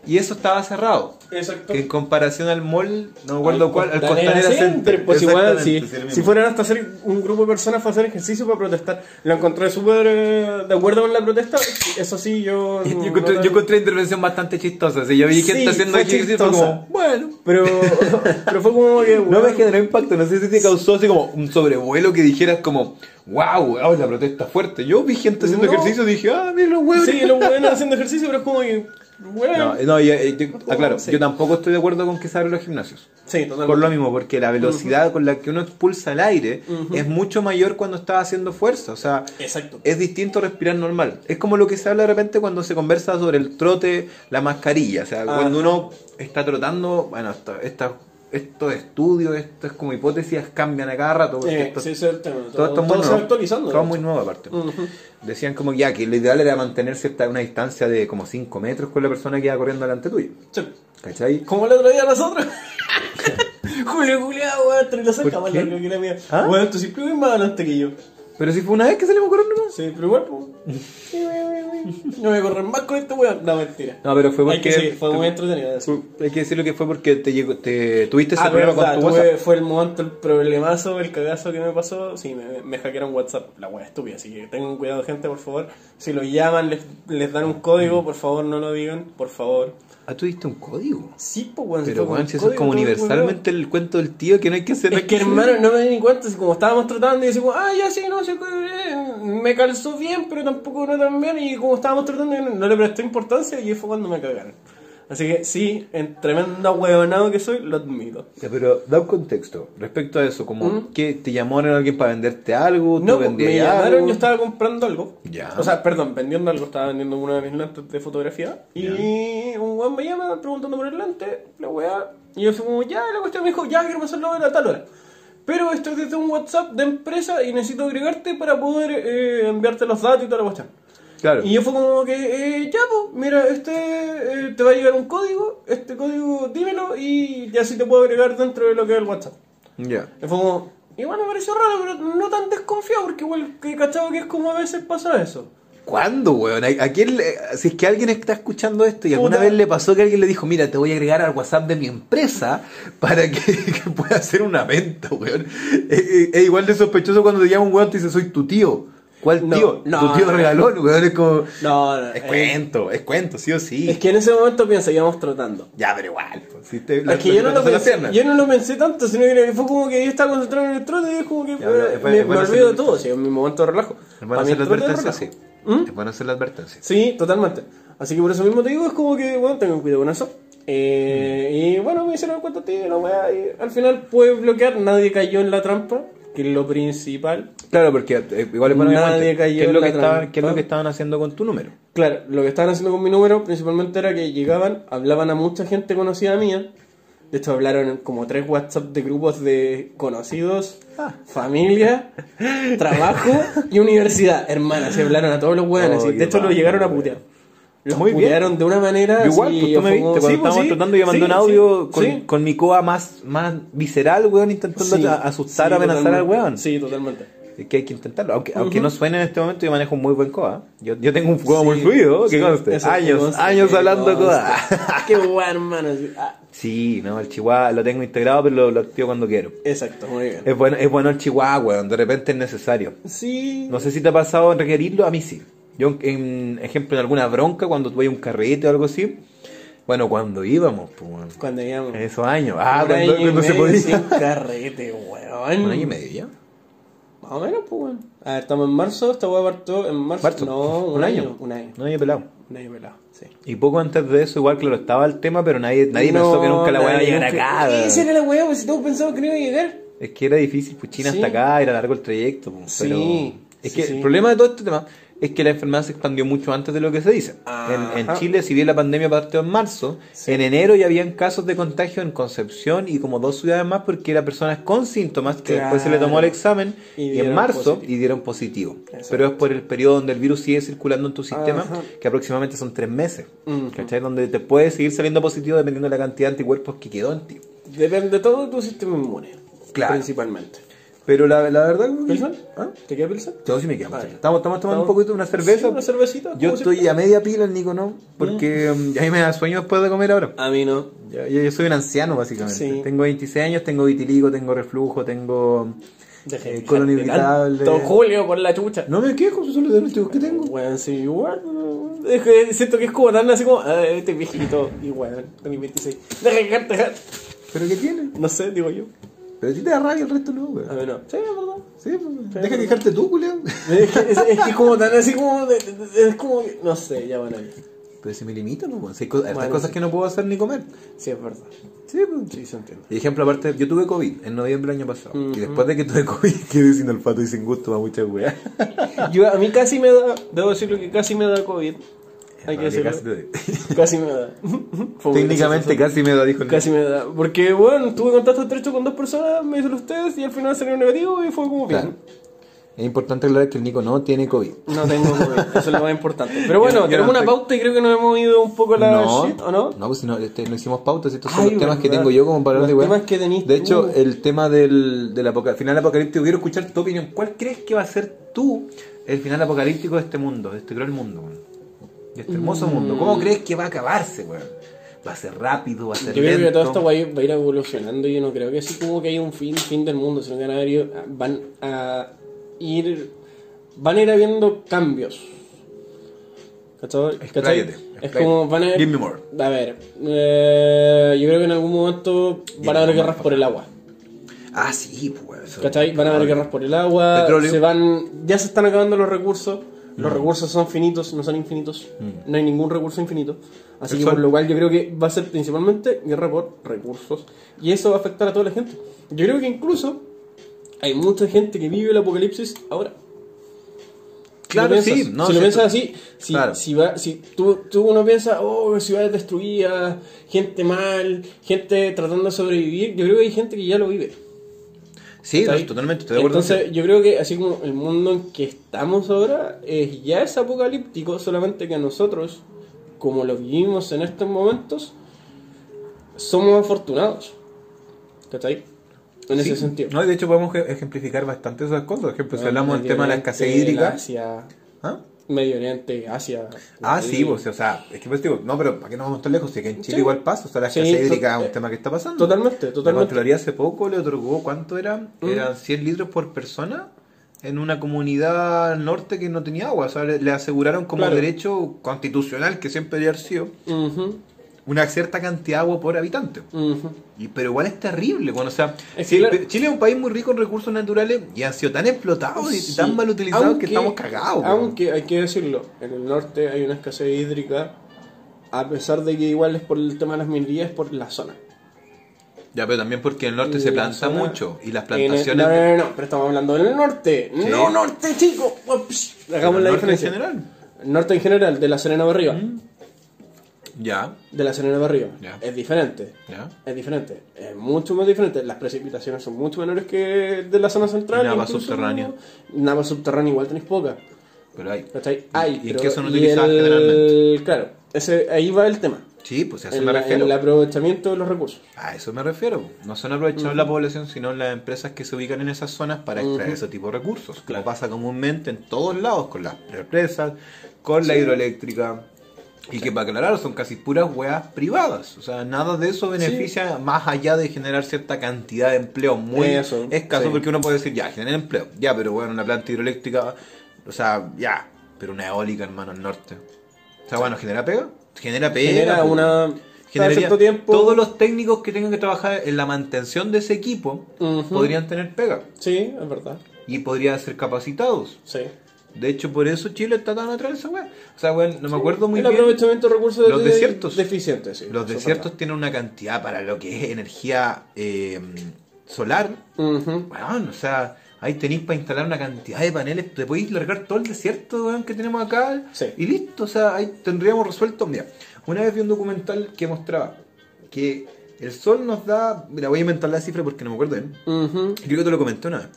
Speaker 2: y eso estaba cerrado.
Speaker 1: sí, Exacto.
Speaker 2: En comparación al mall, no me acuerdo cuál, al
Speaker 1: Costanera
Speaker 2: Costanera
Speaker 1: Center,
Speaker 2: Center.
Speaker 1: Pues igual, si,
Speaker 2: Exactamente, sí, el mismo.
Speaker 1: si fueran hasta hacer un grupo de personas para hacer ejercicio para protestar, lo encontré súper eh, de acuerdo con la protesta. Eso sí, yo.
Speaker 2: Yo
Speaker 1: no-
Speaker 2: encontré,
Speaker 1: no-
Speaker 2: yo encontré intervención bastante chistosa. Si yo vi gente
Speaker 1: Sí,
Speaker 2: haciendo
Speaker 1: fue
Speaker 2: ejercicio, fue
Speaker 1: chistosa.
Speaker 2: como, bueno.
Speaker 1: Pero, pero fue como que.
Speaker 2: No me
Speaker 1: bueno,
Speaker 2: generó impacto, no sé si te causó así como un sobrevuelo que dijeras como, wow, la protesta fuerte. Yo vi gente haciendo
Speaker 1: No.
Speaker 2: ejercicio y dije, ah, mira los huevos.
Speaker 1: Sí, los buenos haciendo ejercicio, pero es como que. Bueno.
Speaker 2: No, no, y, eh, yo- aclaro,
Speaker 1: Sí.
Speaker 2: yo tampoco estoy de acuerdo con que se abran los gimnasios.
Speaker 1: sí, totalmente.
Speaker 2: Por lo mismo, porque la velocidad con la que uno expulsa el aire
Speaker 1: Ujú.
Speaker 2: es mucho mayor cuando está haciendo fuerza. O sea,
Speaker 1: Exacto.
Speaker 2: es distinto respirar normal. Es como lo que se habla de repente cuando se conversa sobre el trote, la mascarilla. O sea,
Speaker 1: Ah.
Speaker 2: cuando uno está trotando, bueno, esta- esta- estos estudios, estas como hipótesis cambian a cada rato. Porque
Speaker 1: Eh,
Speaker 2: esto-
Speaker 1: sí, ese es el tema. Todo,
Speaker 2: todo esto es muy
Speaker 1: todo se
Speaker 2: nuevo.
Speaker 1: va actualizando. Mm.
Speaker 2: Todo
Speaker 1: ¿no?
Speaker 2: muy nuevo aparte.
Speaker 1: Ujú.
Speaker 2: Decían como ya que lo ideal era mantener cierta, una distancia de como 5 metros con la persona que iba corriendo delante tuyo.
Speaker 1: Sí.
Speaker 2: ¿Cachai?
Speaker 1: Como el otro día nosotros. Julio, Julián, weón, tenés la cerca
Speaker 2: ¿Por
Speaker 1: más
Speaker 2: qué?
Speaker 1: larga que la mía.
Speaker 2: ¿Ah?
Speaker 1: Weón, tú siempre ves más adelante que yo.
Speaker 2: Pero si fue una vez que salimos corriendo nomás.
Speaker 1: Sí, pero igual, pues. No voy a correr más con este weón. No, mentira.
Speaker 2: No, pero fue porque.
Speaker 1: Hay que seguir, fue muy entretenido. eso.
Speaker 2: Fue- Hay que decirlo que fue porque te llegó, te tuviste ese
Speaker 1: Ah,
Speaker 2: problema
Speaker 1: verdad,
Speaker 2: con tu
Speaker 1: tuve-
Speaker 2: WhatsApp.
Speaker 1: fue el momento, el problemazo, el cagazo que me pasó. Sí, me, me hackearon WhatsApp, la wea estúpida, así que tengan cuidado, gente, por favor. Si lo llaman, les, les dan un código, por favor, no lo digan, por favor.
Speaker 2: Ah, tuviste un código.
Speaker 1: Sí, pues, weón,
Speaker 2: Pero
Speaker 1: fue
Speaker 2: bueno,
Speaker 1: con
Speaker 2: si eso es
Speaker 1: código,
Speaker 2: como
Speaker 1: todo el
Speaker 2: universalmente el cuento del tío que no hay que hacer.
Speaker 1: weón. Es que hermano, no me di ni cuenta, si como estábamos tratando y decimos, ah, ya sí, no sé, eh, me calzó bien, pero tampoco no tan bien, y como estábamos tratando, yo no, no le presté importancia y fue cuando me cagaron. Así que sí, en tremendo huevonado que soy, lo admito.
Speaker 2: Ya, pero da un contexto respecto a eso, como que te llamaron a alguien para venderte algo,
Speaker 1: ¿Mm? No,
Speaker 2: tú
Speaker 1: pues,
Speaker 2: vendías
Speaker 1: me llamaron,
Speaker 2: algo.
Speaker 1: yo estaba comprando algo.
Speaker 2: Ya.
Speaker 1: O sea, perdón, vendiendo algo, estaba vendiendo una de mis lentes de fotografía. Y un weón me llama preguntando por el lente, la weá. Y yo así como, ya, la cuestión me dijo, ya, quiero pasarlo a tal hora. Pero esto es desde un WhatsApp de empresa y necesito agregarte para poder eh, enviarte los datos y toda la cuestión.
Speaker 2: Claro.
Speaker 1: Y yo fue como que, eh, ya, pues, mira, este eh, te va a llegar un código, este código dímelo y ya sí te puedo agregar dentro de lo que es el WhatsApp.
Speaker 2: Ya.
Speaker 1: Y fue como, igual me pareció raro, pero no tan desconfiado, porque igual que cachado que es como a veces pasa eso.
Speaker 2: ¿Cuándo, weón? ¿A, a quién le- si es que alguien está escuchando esto y alguna
Speaker 1: Puta.
Speaker 2: vez le pasó que alguien le dijo, mira, te voy a agregar al WhatsApp de mi empresa para que, que pueda hacer una venta, weón. Eh, eh, Es igual de sospechoso cuando te llama un weón y te dice, soy tu tío. ¿Cuál
Speaker 1: No,
Speaker 2: tío?
Speaker 1: no,
Speaker 2: tu tío
Speaker 1: no.
Speaker 2: regalón, weón. Es como.
Speaker 1: No, no,
Speaker 2: es
Speaker 1: eh.
Speaker 2: cuento, es cuento, sí o sí.
Speaker 1: Es que en ese momento piensa, íbamos tratando.
Speaker 2: Ya, pero igual. pues, si te-
Speaker 1: Es que yo no, lo
Speaker 2: te- te- te- te-
Speaker 1: pensé,
Speaker 2: te- te-
Speaker 1: yo no lo pensé tanto, sino que fue como que yo estaba concentrado en el trote y es como que
Speaker 2: Ya, pero
Speaker 1: eh,
Speaker 2: es bueno-
Speaker 1: me,
Speaker 2: es bueno
Speaker 1: me
Speaker 2: hacer
Speaker 1: olvido
Speaker 2: la
Speaker 1: de todo, o sea, en mi momento de relajo.
Speaker 2: Es bueno
Speaker 1: Para mí
Speaker 2: hacer la
Speaker 1: el trote es
Speaker 2: advertencia, sí. ¿Mm?
Speaker 1: relajo.
Speaker 2: Es bueno hacer la advertencia.
Speaker 1: Sí, totalmente. Así que por eso mismo te digo, es como que, bueno, tengan cuidado con eso. Eh, Y bueno, me hicieron el cuento a ti, la weá, y al final pude bloquear, nadie cayó en la trampa, que es lo principal.
Speaker 2: Claro, porque eh, igual es bueno
Speaker 1: Nadie
Speaker 2: obviamente,
Speaker 1: cayó
Speaker 2: ¿qué es
Speaker 1: en
Speaker 2: lo
Speaker 1: la
Speaker 2: que estaban,
Speaker 1: trampa.
Speaker 2: ¿Qué es lo que estaban haciendo con tu número?
Speaker 1: Claro, lo que estaban haciendo con mi número principalmente era que llegaban, hablaban a mucha gente conocida mía. De hecho, hablaron como tres WhatsApp de grupos de conocidos,
Speaker 2: Ah.
Speaker 1: familia, trabajo y universidad. Hermana, se hablaron a todos los hueones.
Speaker 2: Oh,
Speaker 1: y
Speaker 2: qué
Speaker 1: de hecho, los
Speaker 2: bajo,
Speaker 1: llegaron a
Speaker 2: weón.
Speaker 1: putear. Los
Speaker 2: Muy bien.
Speaker 1: putearon de una manera.
Speaker 2: Yo igual,
Speaker 1: así,
Speaker 2: pues tú me
Speaker 1: fue
Speaker 2: viste
Speaker 1: como-
Speaker 2: cuando
Speaker 1: Ah, Sí, pues,
Speaker 2: estábamos
Speaker 1: sí,
Speaker 2: tratando, yo mandé
Speaker 1: sí,
Speaker 2: un audio
Speaker 1: sí,
Speaker 2: con,
Speaker 1: sí.
Speaker 2: con mi coa más, más visceral, weón, intentando
Speaker 1: Sí,
Speaker 2: a- asustar,
Speaker 1: sí,
Speaker 2: amenazar al
Speaker 1: totalmente.
Speaker 2: weón.
Speaker 1: Sí, totalmente.
Speaker 2: Es que hay que intentarlo. Aunque, aunque no suene en este momento, yo manejo un muy buen coa. Yo, yo tengo un coa muy
Speaker 1: Sí,
Speaker 2: fluido, que
Speaker 1: sí,
Speaker 2: conste.
Speaker 1: eso, que
Speaker 2: Años,
Speaker 1: conste,
Speaker 2: años
Speaker 1: que
Speaker 2: hablando coa.
Speaker 1: conste. Qué guay, hermano. sí. Ah,
Speaker 2: Sí, no, el chihuahua lo tengo integrado, pero lo, lo activo cuando quiero.
Speaker 1: Exacto, muy bien.
Speaker 2: Es bueno, es bueno el chihuahua, weón. De repente es necesario.
Speaker 1: Sí.
Speaker 2: No sé si te ha pasado en requerirlo, a mí sí. Yo, en ejemplo, en alguna bronca, cuando tuve un carrete o algo así, bueno, cuando íbamos, pues, weón,
Speaker 1: Cuando íbamos.
Speaker 2: en esos años, ah,
Speaker 1: Un
Speaker 2: cuando,
Speaker 1: año y
Speaker 2: cuando se
Speaker 1: medio
Speaker 2: podía.
Speaker 1: sin carrete, weón.
Speaker 2: Un año y medio ya.
Speaker 1: Más o menos, pues, weón. A ver, estamos en marzo, esta weá partió en marzo.
Speaker 2: Marzo.
Speaker 1: No, un, año. Un año.
Speaker 2: Un año pelado.
Speaker 1: Un año pelado, sí.
Speaker 2: Y poco antes de eso, igual, claro, estaba el tema, pero nadie, nadie
Speaker 1: No,
Speaker 2: pensó que nunca la weá iba a
Speaker 1: nadie
Speaker 2: llegar
Speaker 1: nunca-
Speaker 2: acá.
Speaker 1: Esa era la weá, pues si todos pensamos que no iba a llegar.
Speaker 2: Es que era difícil, pues China
Speaker 1: Sí.
Speaker 2: hasta acá, era largo el trayecto. pues,
Speaker 1: Sí,
Speaker 2: pero- Es
Speaker 1: sí,
Speaker 2: que
Speaker 1: sí.
Speaker 2: el problema de todo este tema es que la enfermedad se expandió mucho antes de lo que se dice. En, en
Speaker 1: Ajá.
Speaker 2: Chile, si bien la pandemia partió en marzo,
Speaker 1: Sí.
Speaker 2: en enero ya habían casos de contagio en Concepción y como dos ciudades más porque eran personas con síntomas que después se le tomó el
Speaker 1: Claro.
Speaker 2: examen
Speaker 1: Y
Speaker 2: y en
Speaker 1: dieron
Speaker 2: marzo
Speaker 1: positivo.
Speaker 2: y dieron positivo.
Speaker 1: Exacto.
Speaker 2: Pero es por el periodo donde el virus sigue circulando en tu sistema,
Speaker 1: Ajá.
Speaker 2: que aproximadamente son tres meses.
Speaker 1: Ujú.
Speaker 2: ¿cachai? Donde te puede seguir saliendo positivo dependiendo de la cantidad de anticuerpos que quedó en ti.
Speaker 1: Depende todo de tu sistema inmune.
Speaker 2: Claro.
Speaker 1: Principalmente.
Speaker 2: Pero la, la verdad...
Speaker 1: ¿Pilsen?
Speaker 2: ¿Ah?
Speaker 1: ¿Te queda Pilsen?
Speaker 2: Yo sí me quedo.
Speaker 1: Ah,
Speaker 2: muchacho.
Speaker 1: ya.
Speaker 2: estamos, estamos tomando
Speaker 1: Estamos-
Speaker 2: un poquito de una cerveza.
Speaker 1: Sí, una cervecita,
Speaker 2: Yo
Speaker 1: como
Speaker 2: estoy
Speaker 1: siempre.
Speaker 2: a media pila, el Nico no. Porque mm, ya a mí me da sueño después de comer ahora.
Speaker 1: A mí no.
Speaker 2: Ya- ya- yo soy un anciano, básicamente.
Speaker 1: Sí.
Speaker 2: Tengo 26 años, tengo vitiligo, tengo reflujo, tengo
Speaker 1: Dejé
Speaker 2: eh,
Speaker 1: de
Speaker 2: colon
Speaker 1: quejarte
Speaker 2: irritable.
Speaker 1: tanto, Julio, por la chucha.
Speaker 2: No me quejo, solo de los chicos que tengo.
Speaker 1: Weón, sí, igual. Es que siento que es como tan así como, ah, este viejito, y weón, tenés 26. Deja de quejarte, deja-
Speaker 2: ¿Pero qué tiene?
Speaker 1: No sé, digo yo.
Speaker 2: Pero si te da rabia el resto no,
Speaker 1: A
Speaker 2: weón.
Speaker 1: mí no. Sí, es verdad.
Speaker 2: Sí, pues, deja de quejarte tú, culiao.
Speaker 1: Es que es, es que como tan así como. de- de- de- es como que. No sé, ya bueno. ya.
Speaker 2: Pero si me limito, no, weón. Si hay co- hartas
Speaker 1: Bueno,
Speaker 2: cosas
Speaker 1: sí.
Speaker 2: que no puedo hacer ni comer.
Speaker 1: Sí, es verdad.
Speaker 2: Sí, pues.
Speaker 1: Sí, se entiende.
Speaker 2: Y ejemplo, aparte, yo tuve COVID en noviembre del año pasado.
Speaker 1: Ujú.
Speaker 2: Y después de que tuve COVID, quedé sin olfato y sin gusto para muchas weas.
Speaker 1: Yo, a mí casi me da. Debo decirlo que casi me da COVID. Hay que
Speaker 2: Porque
Speaker 1: decirlo.
Speaker 2: casi te doy.
Speaker 1: Casi me da. Fue muy
Speaker 2: Técnicamente
Speaker 1: gracioso.
Speaker 2: casi me lo dijo el
Speaker 1: Casi me da. Porque, bueno, tuve contacto estrecho con dos personas, me dicen ustedes, y al final salió negativo y fue como bien.
Speaker 2: Claro. Es importante aclarar que el Nico no tiene COVID.
Speaker 1: No tengo COVID, eso es lo más importante. Pero bueno,
Speaker 2: Yo- yo
Speaker 1: tenemos
Speaker 2: no
Speaker 1: una
Speaker 2: estoy-
Speaker 1: pauta y creo que nos hemos ido un poco a la shit, ¿o no?
Speaker 2: pues si no, este, no hicimos pautas, estos son
Speaker 1: Ay,
Speaker 2: los temas que
Speaker 1: verdad.
Speaker 2: tengo yo como para hablar de
Speaker 1: Los
Speaker 2: weá.
Speaker 1: temas que tenís
Speaker 2: De
Speaker 1: tú.
Speaker 2: hecho, el tema del, del apoca- final apocalíptico, quiero escuchar tu opinión. ¿Cuál crees que va a ser tú el final apocalíptico de este mundo, de este cruel mundo, weón? De este
Speaker 1: Mm.
Speaker 2: hermoso mundo. ¿Cómo crees que va a acabarse, weón? ¿Va a ser rápido? ¿Va a
Speaker 1: Yo
Speaker 2: ser
Speaker 1: creo que
Speaker 2: lento?
Speaker 1: todo esto va a ir, va a ir evolucionando. Yo no creo que así como que hay un fin, fin del mundo, sino que van a, ir, van a ir. Van a ir habiendo cambios. ¿Cachai? ¿Cachai?
Speaker 2: Expláyate,
Speaker 1: Es
Speaker 2: expláyate.
Speaker 1: como van a.
Speaker 2: Give me more.
Speaker 1: A ver, eh, yo creo que en algún momento
Speaker 2: Give
Speaker 1: van a
Speaker 2: me
Speaker 1: haber
Speaker 2: more,
Speaker 1: guerras por el agua.
Speaker 2: Ah, sí, pues, weón. eso-
Speaker 1: ¿Cachai? Van a haber guerras por el agua,
Speaker 2: Petróleo. Mm.
Speaker 1: se van, ya se están acabando los recursos, los recursos son finitos, no son infinitos, no hay ningún recurso infinito, así
Speaker 2: El
Speaker 1: que
Speaker 2: sol.
Speaker 1: por lo cual yo creo que va a ser principalmente guerra por recursos y eso va a afectar a toda la gente. Yo creo que incluso hay mucha gente que vive el apocalipsis ahora. Si
Speaker 2: Claro,
Speaker 1: lo piensas-
Speaker 2: sí. No,
Speaker 1: si lo
Speaker 2: sí,
Speaker 1: piensas así, si,
Speaker 2: Claro.
Speaker 1: si, va, si tú, tú uno piensa, oh, ciudades destruidas, gente mal, gente tratando de sobrevivir, yo creo que hay gente que ya lo vive.
Speaker 2: Sí, no,
Speaker 1: ¿Cachai?
Speaker 2: totalmente, estoy de acuerdo.
Speaker 1: Entonces, yo creo que así como el mundo en que estamos ahora eh, ya es apocalíptico, solamente que a nosotros, como lo vivimos en estos momentos, somos afortunados. ¿Cachai? En
Speaker 2: Sí.
Speaker 1: ese sentido. Ah,
Speaker 2: No, y de hecho podemos ej- ejemplificar bastante esas cosas. Por ejemplo, si hablamos del
Speaker 1: Medio
Speaker 2: tema de la
Speaker 1: Oriente,
Speaker 2: escasez hídrica.
Speaker 1: Asia,
Speaker 2: ¿Ah?
Speaker 1: Medio Oriente, Asia. Eh,
Speaker 2: Ah, sí, pues, o sea, es que pues digo, no, pero ¿para qué nos vamos tan lejos? Si que en Chile
Speaker 1: Sí.
Speaker 2: igual pasa, o sea, la
Speaker 1: Sí,
Speaker 2: escasez hídrica
Speaker 1: to-
Speaker 2: es un tema que está pasando.
Speaker 1: Totalmente,
Speaker 2: La
Speaker 1: totalmente. Mm.
Speaker 2: Contraloría hace poco le otorgó, ¿cuánto eran? Eran 100 litros por persona en una comunidad al norte que no tenía agua, o sea, le, le aseguraron como
Speaker 1: Claro.
Speaker 2: derecho constitucional, que siempre había sido,
Speaker 1: Ujú,
Speaker 2: una cierta cantidad de agua por habitante.
Speaker 1: ujú.
Speaker 2: Y, pero igual es terrible, bueno, o sea,
Speaker 1: Es
Speaker 2: si-
Speaker 1: que claro-
Speaker 2: Chile es un país muy rico en recursos naturales y han sido tan explotados y
Speaker 1: Sí,
Speaker 2: tan mal utilizados
Speaker 1: aunque-
Speaker 2: que estamos cagados. weón.
Speaker 1: Aunque hay que decirlo, en el norte hay una escasez hídrica, a pesar de que igual es por el tema de las minerías, es por la zona.
Speaker 2: Ya, pero también porque en el norte
Speaker 1: Y
Speaker 2: se
Speaker 1: la
Speaker 2: planta
Speaker 1: zona-
Speaker 2: mucho y las
Speaker 1: Eh, En el-
Speaker 2: plantaciones...
Speaker 1: no, no, no, no, pero estamos hablando del norte.
Speaker 2: Sí.
Speaker 1: No norte, chico. Ups, Hagamos la
Speaker 2: ¿El norte en
Speaker 1: diferencia.
Speaker 2: general?
Speaker 1: Norte en general, de la Serena para arriba.
Speaker 2: Ya,
Speaker 1: De la Serena para arriba.
Speaker 2: Ya.
Speaker 1: Es diferente.
Speaker 2: ya.
Speaker 1: Es diferente. Es mucho más diferente. Las precipitaciones son mucho menores que de la zona central.
Speaker 2: Nava
Speaker 1: incluso-
Speaker 2: subterránea.
Speaker 1: Nava subterránea igual tenéis poca.
Speaker 2: Pero hay.
Speaker 1: ¿Cachai?
Speaker 2: ¿Y-
Speaker 1: Hay,
Speaker 2: ¿Y en
Speaker 1: pero-
Speaker 2: qué son
Speaker 1: y
Speaker 2: utilizadas
Speaker 1: el-
Speaker 2: generalmente?
Speaker 1: Claro, ese, ahí va el tema.
Speaker 2: Sí, pues a eso
Speaker 1: El,
Speaker 2: me refiero.
Speaker 1: el aprovechamiento de los recursos.
Speaker 2: A eso me refiero. No son aprovechados la población, sino las empresas que se ubican en esas zonas para extraer ese tipo de recursos. Como pasa comúnmente en todos lados, con las represas, con la hidroeléctrica. Y que para aclarar, son casi puras weas privadas. O sea, nada de eso beneficia más allá de generar cierta cantidad de empleo muy
Speaker 1: Eso,
Speaker 2: escaso.
Speaker 1: sí.
Speaker 2: Porque uno puede decir, ya, genera empleo. Ya, pero bueno, una planta hidroeléctrica, o sea, ya. Pero una eólica, hermano, al norte. O sea, bueno, genera pega. Genera pega.
Speaker 1: Genera
Speaker 2: pues.
Speaker 1: una. cada
Speaker 2: generaría
Speaker 1: cierto tiempo.
Speaker 2: todos los técnicos que tengan que trabajar en la mantención de ese equipo
Speaker 1: Ujú.
Speaker 2: podrían tener pega
Speaker 1: Sí, es verdad.
Speaker 2: y podrían ser capacitados.
Speaker 1: Sí.
Speaker 2: De hecho, por eso Chile está tan atrás de esa weá. O sea, weón, no me acuerdo muy
Speaker 1: el
Speaker 2: bien.
Speaker 1: aprovechamiento de recursos de
Speaker 2: Los desiertos.
Speaker 1: deficientes, sí,
Speaker 2: Los
Speaker 1: eso es
Speaker 2: desiertos tienen una cantidad para lo que es energía eh, solar.
Speaker 1: verdad. Ujú.
Speaker 2: Weón, o sea, ahí tenéis para instalar una cantidad de paneles. Te podéis largar todo el desierto weón, que tenemos acá
Speaker 1: Sí.
Speaker 2: y listo. O sea, ahí tendríamos resuelto. Mira, una vez vi un documental que mostraba que el sol nos da. Mira, voy a inventar la cifra porque no me acuerdo bien.
Speaker 1: Ujú.
Speaker 2: Creo que te lo comenté una vez.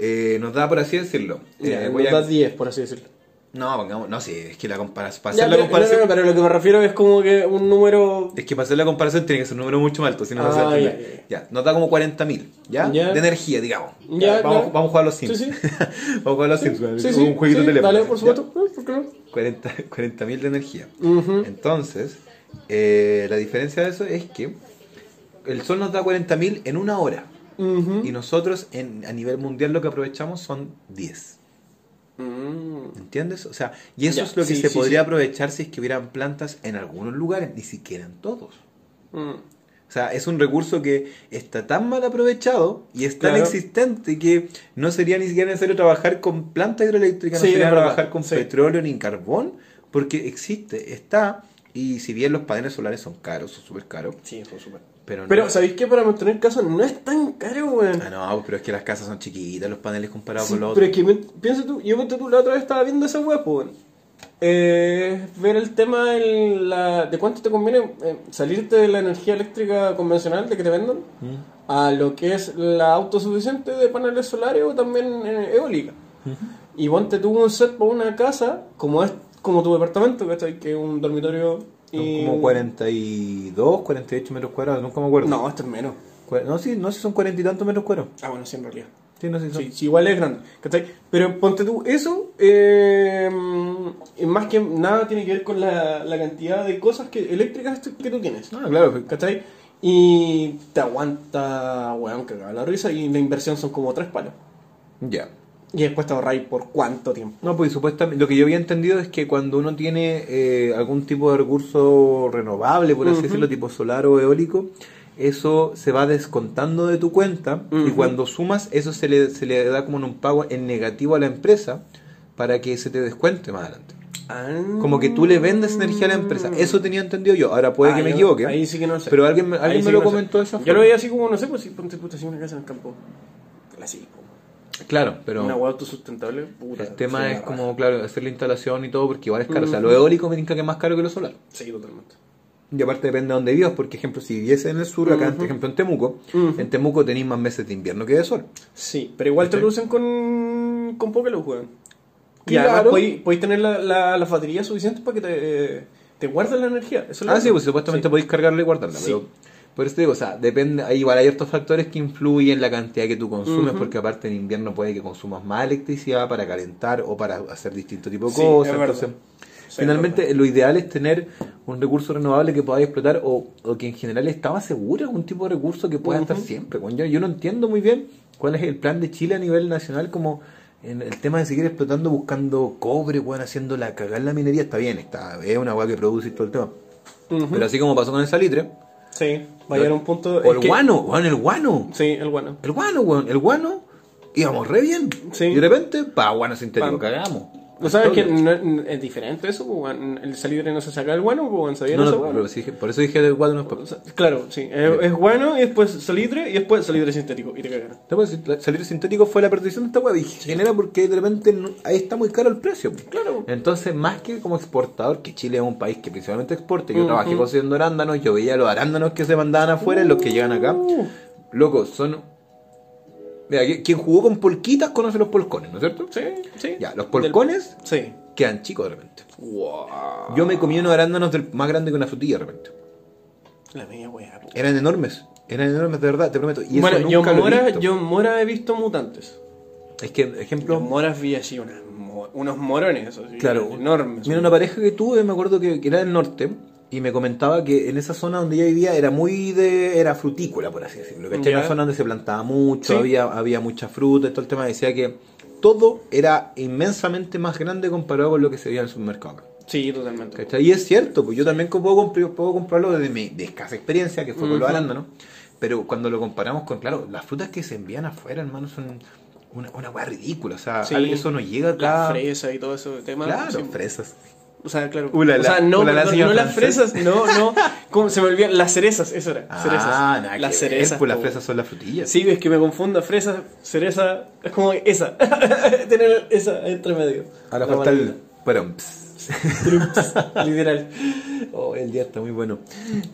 Speaker 2: Eh, nos da, por así decirlo.
Speaker 1: Ya,
Speaker 2: eh,
Speaker 1: nos
Speaker 2: voy a-
Speaker 1: da 10, por así decirlo.
Speaker 2: No, pongamos. No, sí, es que la comparación. Para
Speaker 1: Ya,
Speaker 2: hacer la
Speaker 1: pero,
Speaker 2: comparación.
Speaker 1: no, no, no, pero lo que me refiero es como que un número.
Speaker 2: Es que para hacer la comparación tiene que ser un número mucho más alto, si no no se va a
Speaker 1: Ah, ya,
Speaker 2: entender. Ya, nos da como 40.000, ¿ya?
Speaker 1: Ya.
Speaker 2: De energía, digamos.
Speaker 1: Ya,
Speaker 2: Ya, vamos,
Speaker 1: claro.
Speaker 2: vamos a jugar a los Sims.
Speaker 1: Sí, sí.
Speaker 2: vamos a jugar a los Sims, weón,
Speaker 1: Sí,
Speaker 2: un
Speaker 1: sí,
Speaker 2: jueguito
Speaker 1: sí,
Speaker 2: de teléfono.
Speaker 1: Dale, por
Speaker 2: Ya.
Speaker 1: supuesto. eh, ¿Por qué no?
Speaker 2: 40 40.000 de energía.
Speaker 1: Ujú.
Speaker 2: Entonces, eh, la diferencia de eso es que el sol nos da 40.000 en una hora.
Speaker 1: Ujú.
Speaker 2: Y nosotros en, a nivel mundial lo que aprovechamos son 10.
Speaker 1: Mm.
Speaker 2: ¿Entiendes? O sea, y eso
Speaker 1: Ya,
Speaker 2: es lo que
Speaker 1: sí,
Speaker 2: se
Speaker 1: sí,
Speaker 2: podría
Speaker 1: sí.
Speaker 2: aprovechar si es que hubieran plantas en algunos lugares, ni siquiera en todos.
Speaker 1: Mm.
Speaker 2: O sea, es un recurso que está tan mal aprovechado y es tan
Speaker 1: Claro.
Speaker 2: existente que no sería ni siquiera necesario trabajar con planta hidroeléctrica, no
Speaker 1: Sí,
Speaker 2: sería
Speaker 1: es verdad,
Speaker 2: trabajar con
Speaker 1: sí.
Speaker 2: petróleo ni carbón, porque existe, está, y si bien los paneles solares son caros, son súper caros,
Speaker 1: Sí, eso es súper.
Speaker 2: pero no...
Speaker 1: Pero, ¿sabéis qué? Para mantener casa no es tan caro, weón.
Speaker 2: Ah, no, pues pero es que las casas son chiquitas, los paneles comparados
Speaker 1: Sí,
Speaker 2: con los
Speaker 1: pero
Speaker 2: otros.
Speaker 1: es que me- piensa tú, yo ponte tú, la otra vez estaba viendo esa web, pues, weón. Eh, ver el tema en la- de cuánto te conviene eh, salirte de la energía eléctrica convencional de que te vendan
Speaker 2: ¿Mm?
Speaker 1: a lo que es la autosuficiente de paneles solares o también eh, eólica. Y ponte tú un set para una casa, como es como tu departamento, ¿cachai? Que es un dormitorio y...
Speaker 2: Son como 42, 48 metros cuadrados, nunca me acuerdo.
Speaker 1: No, esto es menos.
Speaker 2: Cua- No, sí, no sé si son cuarenta y tantos metros cuadrados.
Speaker 1: Ah, bueno, sí, en realidad.
Speaker 2: Sí, no sé si son.
Speaker 1: Sí, sí, igual es grande, ¿cachai? Pero ponte tú, eso eh, más que nada tiene que ver con la, la cantidad de cosas que, eléctricas este, que tú tienes.
Speaker 2: Ah, claro.
Speaker 1: ¿Cachai? Y te aguanta, weón, cagada la risa. Y la inversión son como tres palos.
Speaker 2: Ya.
Speaker 1: Y después te ahorráis por cuánto tiempo.
Speaker 2: No, pues supuestamente, lo que yo había entendido es que cuando uno tiene eh, algún tipo de recurso renovable, por así
Speaker 1: Ujú.
Speaker 2: decirlo, tipo solar o eólico, eso se va descontando de tu cuenta y
Speaker 1: Ujú.
Speaker 2: cuando sumas eso se le, se le da como en un pago en negativo a la empresa para que se te descuente más adelante. Como que tú le vendes energía a la empresa. Eso tenía entendido yo. Ahora puede
Speaker 1: Mm. Ah,
Speaker 2: que me
Speaker 1: yo-
Speaker 2: equivoque.
Speaker 1: Ahí sí que no sé.
Speaker 2: Pero alguien me,
Speaker 1: Ahí
Speaker 2: alguien
Speaker 1: sí
Speaker 2: me
Speaker 1: que
Speaker 2: lo
Speaker 1: no sé.
Speaker 2: comentó de
Speaker 1: Yo
Speaker 2: esa forma.
Speaker 1: lo veía así como, no sé, pues si ponte puta, si una casa en el campo. La sí, po.
Speaker 2: Claro, pero...
Speaker 1: Una hueá autosustentable, puta.
Speaker 2: El tema
Speaker 1: soy
Speaker 2: es
Speaker 1: la
Speaker 2: como,
Speaker 1: raja.
Speaker 2: claro, hacer la instalación y todo, porque igual es caro. O sea,
Speaker 1: Ujú.
Speaker 2: lo eólico me tinca que es más caro que lo solar.
Speaker 1: Sí, totalmente.
Speaker 2: Y aparte depende de dónde vivas, porque, ejemplo, si viviese en el sur, acá, por
Speaker 1: Ujú.
Speaker 2: ejemplo, en Temuco,
Speaker 1: Ujú.
Speaker 2: en Temuco tenéis más meses de invierno que de sol.
Speaker 1: Sí, pero igual te
Speaker 2: ¿Cachai?
Speaker 1: producen con, con poca luz, weón. Y
Speaker 2: Claro.
Speaker 1: además podéis- podéis tener la, la, las baterías suficientes para que te, te guarden la energía. Eso es lo
Speaker 2: Ah,
Speaker 1: otro.
Speaker 2: sí, pues supuestamente podéis cargarla y guardarla,
Speaker 1: Sí.
Speaker 2: pero por eso te digo, o sea, depende, ahí igual hay ciertos factores que influyen la cantidad que tú consumes,
Speaker 1: Ujú.
Speaker 2: porque aparte en invierno puede que consumas más electricidad para calentar o para hacer distinto tipo de
Speaker 1: Sí,
Speaker 2: cosas.
Speaker 1: es verdad.
Speaker 2: entonces,
Speaker 1: Sí,
Speaker 2: Finalmente,
Speaker 1: es
Speaker 2: lo ideal es tener un recurso renovable que podáis explotar o, o que en general estaba seguro, algún tipo de recurso que pueda
Speaker 1: Ujú.
Speaker 2: estar siempre. weón. Yo, yo no entiendo muy bien cuál es el plan de Chile a nivel nacional como en el tema de seguir explotando, buscando cobre, weón, haciendo la cagada en la minería. Está bien, está, es una agua que produce y todo el tema.
Speaker 1: verdad. Ujú.
Speaker 2: Pero así como pasó con el salitre,
Speaker 1: Sí, va a llegar un punto.
Speaker 2: o el
Speaker 1: es que-
Speaker 2: guano, weón, el guano,
Speaker 1: Sí, el guano.
Speaker 2: el guano, weón, el guano, íbamos re bien.
Speaker 1: Sí.
Speaker 2: Y de repente, pa, guano sintético,
Speaker 1: Pam.
Speaker 2: cagamos.
Speaker 1: ¿No sabes
Speaker 2: Todo
Speaker 1: que
Speaker 2: bien.
Speaker 1: no es- es diferente eso? pues, weón? El salitre no se saca del guano, pues, weón, ¿sabían
Speaker 2: No,
Speaker 1: eso?
Speaker 2: no,
Speaker 1: weón?
Speaker 2: pero sí dije- por eso dije del guano no es pa-
Speaker 1: O sea, Claro, sí. Es, es guano y después salitre y después salitre sintético. Y te cagaron.
Speaker 2: No, pues, la- salir sintético fue la perdición de esta web y genera porque de repente no- ahí está muy caro el precio. po.
Speaker 1: Claro.
Speaker 2: Entonces, más que como exportador, que Chile es un país que principalmente exporta, yo
Speaker 1: Ujú.
Speaker 2: trabajé consiguiendo arándanos, yo veía los arándanos que se mandaban afuera y los que llegan acá.
Speaker 1: Uh.
Speaker 2: Loco, son... Mira, qui- quien jugó con polquitas conoce los polcones, ¿no es cierto?
Speaker 1: Sí, sí.
Speaker 2: Ya, los polcones
Speaker 1: Del- Sí.
Speaker 2: quedan chicos de repente.
Speaker 1: Wow.
Speaker 2: Yo me comí unos arándanos del- más grandes que una frutilla de repente.
Speaker 1: La media weá. po.
Speaker 2: Eran enormes, eran enormes de verdad, te prometo. Y eso
Speaker 1: Bueno, yo
Speaker 2: nunca lo he
Speaker 1: mora,
Speaker 2: visto.
Speaker 1: yo mora he visto mutantes.
Speaker 2: Es que,
Speaker 1: Los
Speaker 2: ejemplo...
Speaker 1: moras vi así unas mo- unos morones así,
Speaker 2: Claro,
Speaker 1: enormes.
Speaker 2: Mira, una pareja que tuve, me acuerdo que, que era del norte, y me comentaba que en esa zona donde ella vivía era muy de. era frutícola, por así decirlo. ¿cachai?
Speaker 1: Ya.
Speaker 2: Una zona donde se plantaba mucho,
Speaker 1: Sí.
Speaker 2: había, había mucha fruta, y todo el tema decía que todo era inmensamente más grande comparado con lo que se veía en el supermercado. acá,
Speaker 1: Sí, totalmente.
Speaker 2: ¿cachai? Y es cierto, pues yo también co- puedo, compr- puedo comprarlo desde mi de escasa experiencia, que fue con los
Speaker 1: Ujú.
Speaker 2: arándanos, pero cuando lo comparamos con, claro, las frutas que se envían afuera, hermano, son una, una hueá ridícula. O sea,
Speaker 1: Sí.
Speaker 2: eso no llega
Speaker 1: La
Speaker 2: acá.
Speaker 1: fresa y todo ese tema.
Speaker 2: Claro,
Speaker 1: sí.
Speaker 2: fresas.
Speaker 1: O sea, claro.
Speaker 2: Ulala,
Speaker 1: o sea, no,
Speaker 2: ulala,
Speaker 1: perdón,
Speaker 2: señor
Speaker 1: no las
Speaker 2: francés.
Speaker 1: fresas, no, no. ¿Cómo se me olvidan? Las cerezas, eso era. cerezas.
Speaker 2: Ah, nada
Speaker 1: las
Speaker 2: que ver,
Speaker 1: cerezas.
Speaker 2: Pues las
Speaker 1: po.
Speaker 2: fresas son las frutillas.
Speaker 1: Sí, es que me confundo. Fresa, cereza. Es como esa. Tener esa entre medio.
Speaker 2: Ahora
Speaker 1: La
Speaker 2: falta el.
Speaker 1: maravilla.
Speaker 2: Bueno, pss.
Speaker 1: Literal.
Speaker 2: Oh, el día está muy bueno.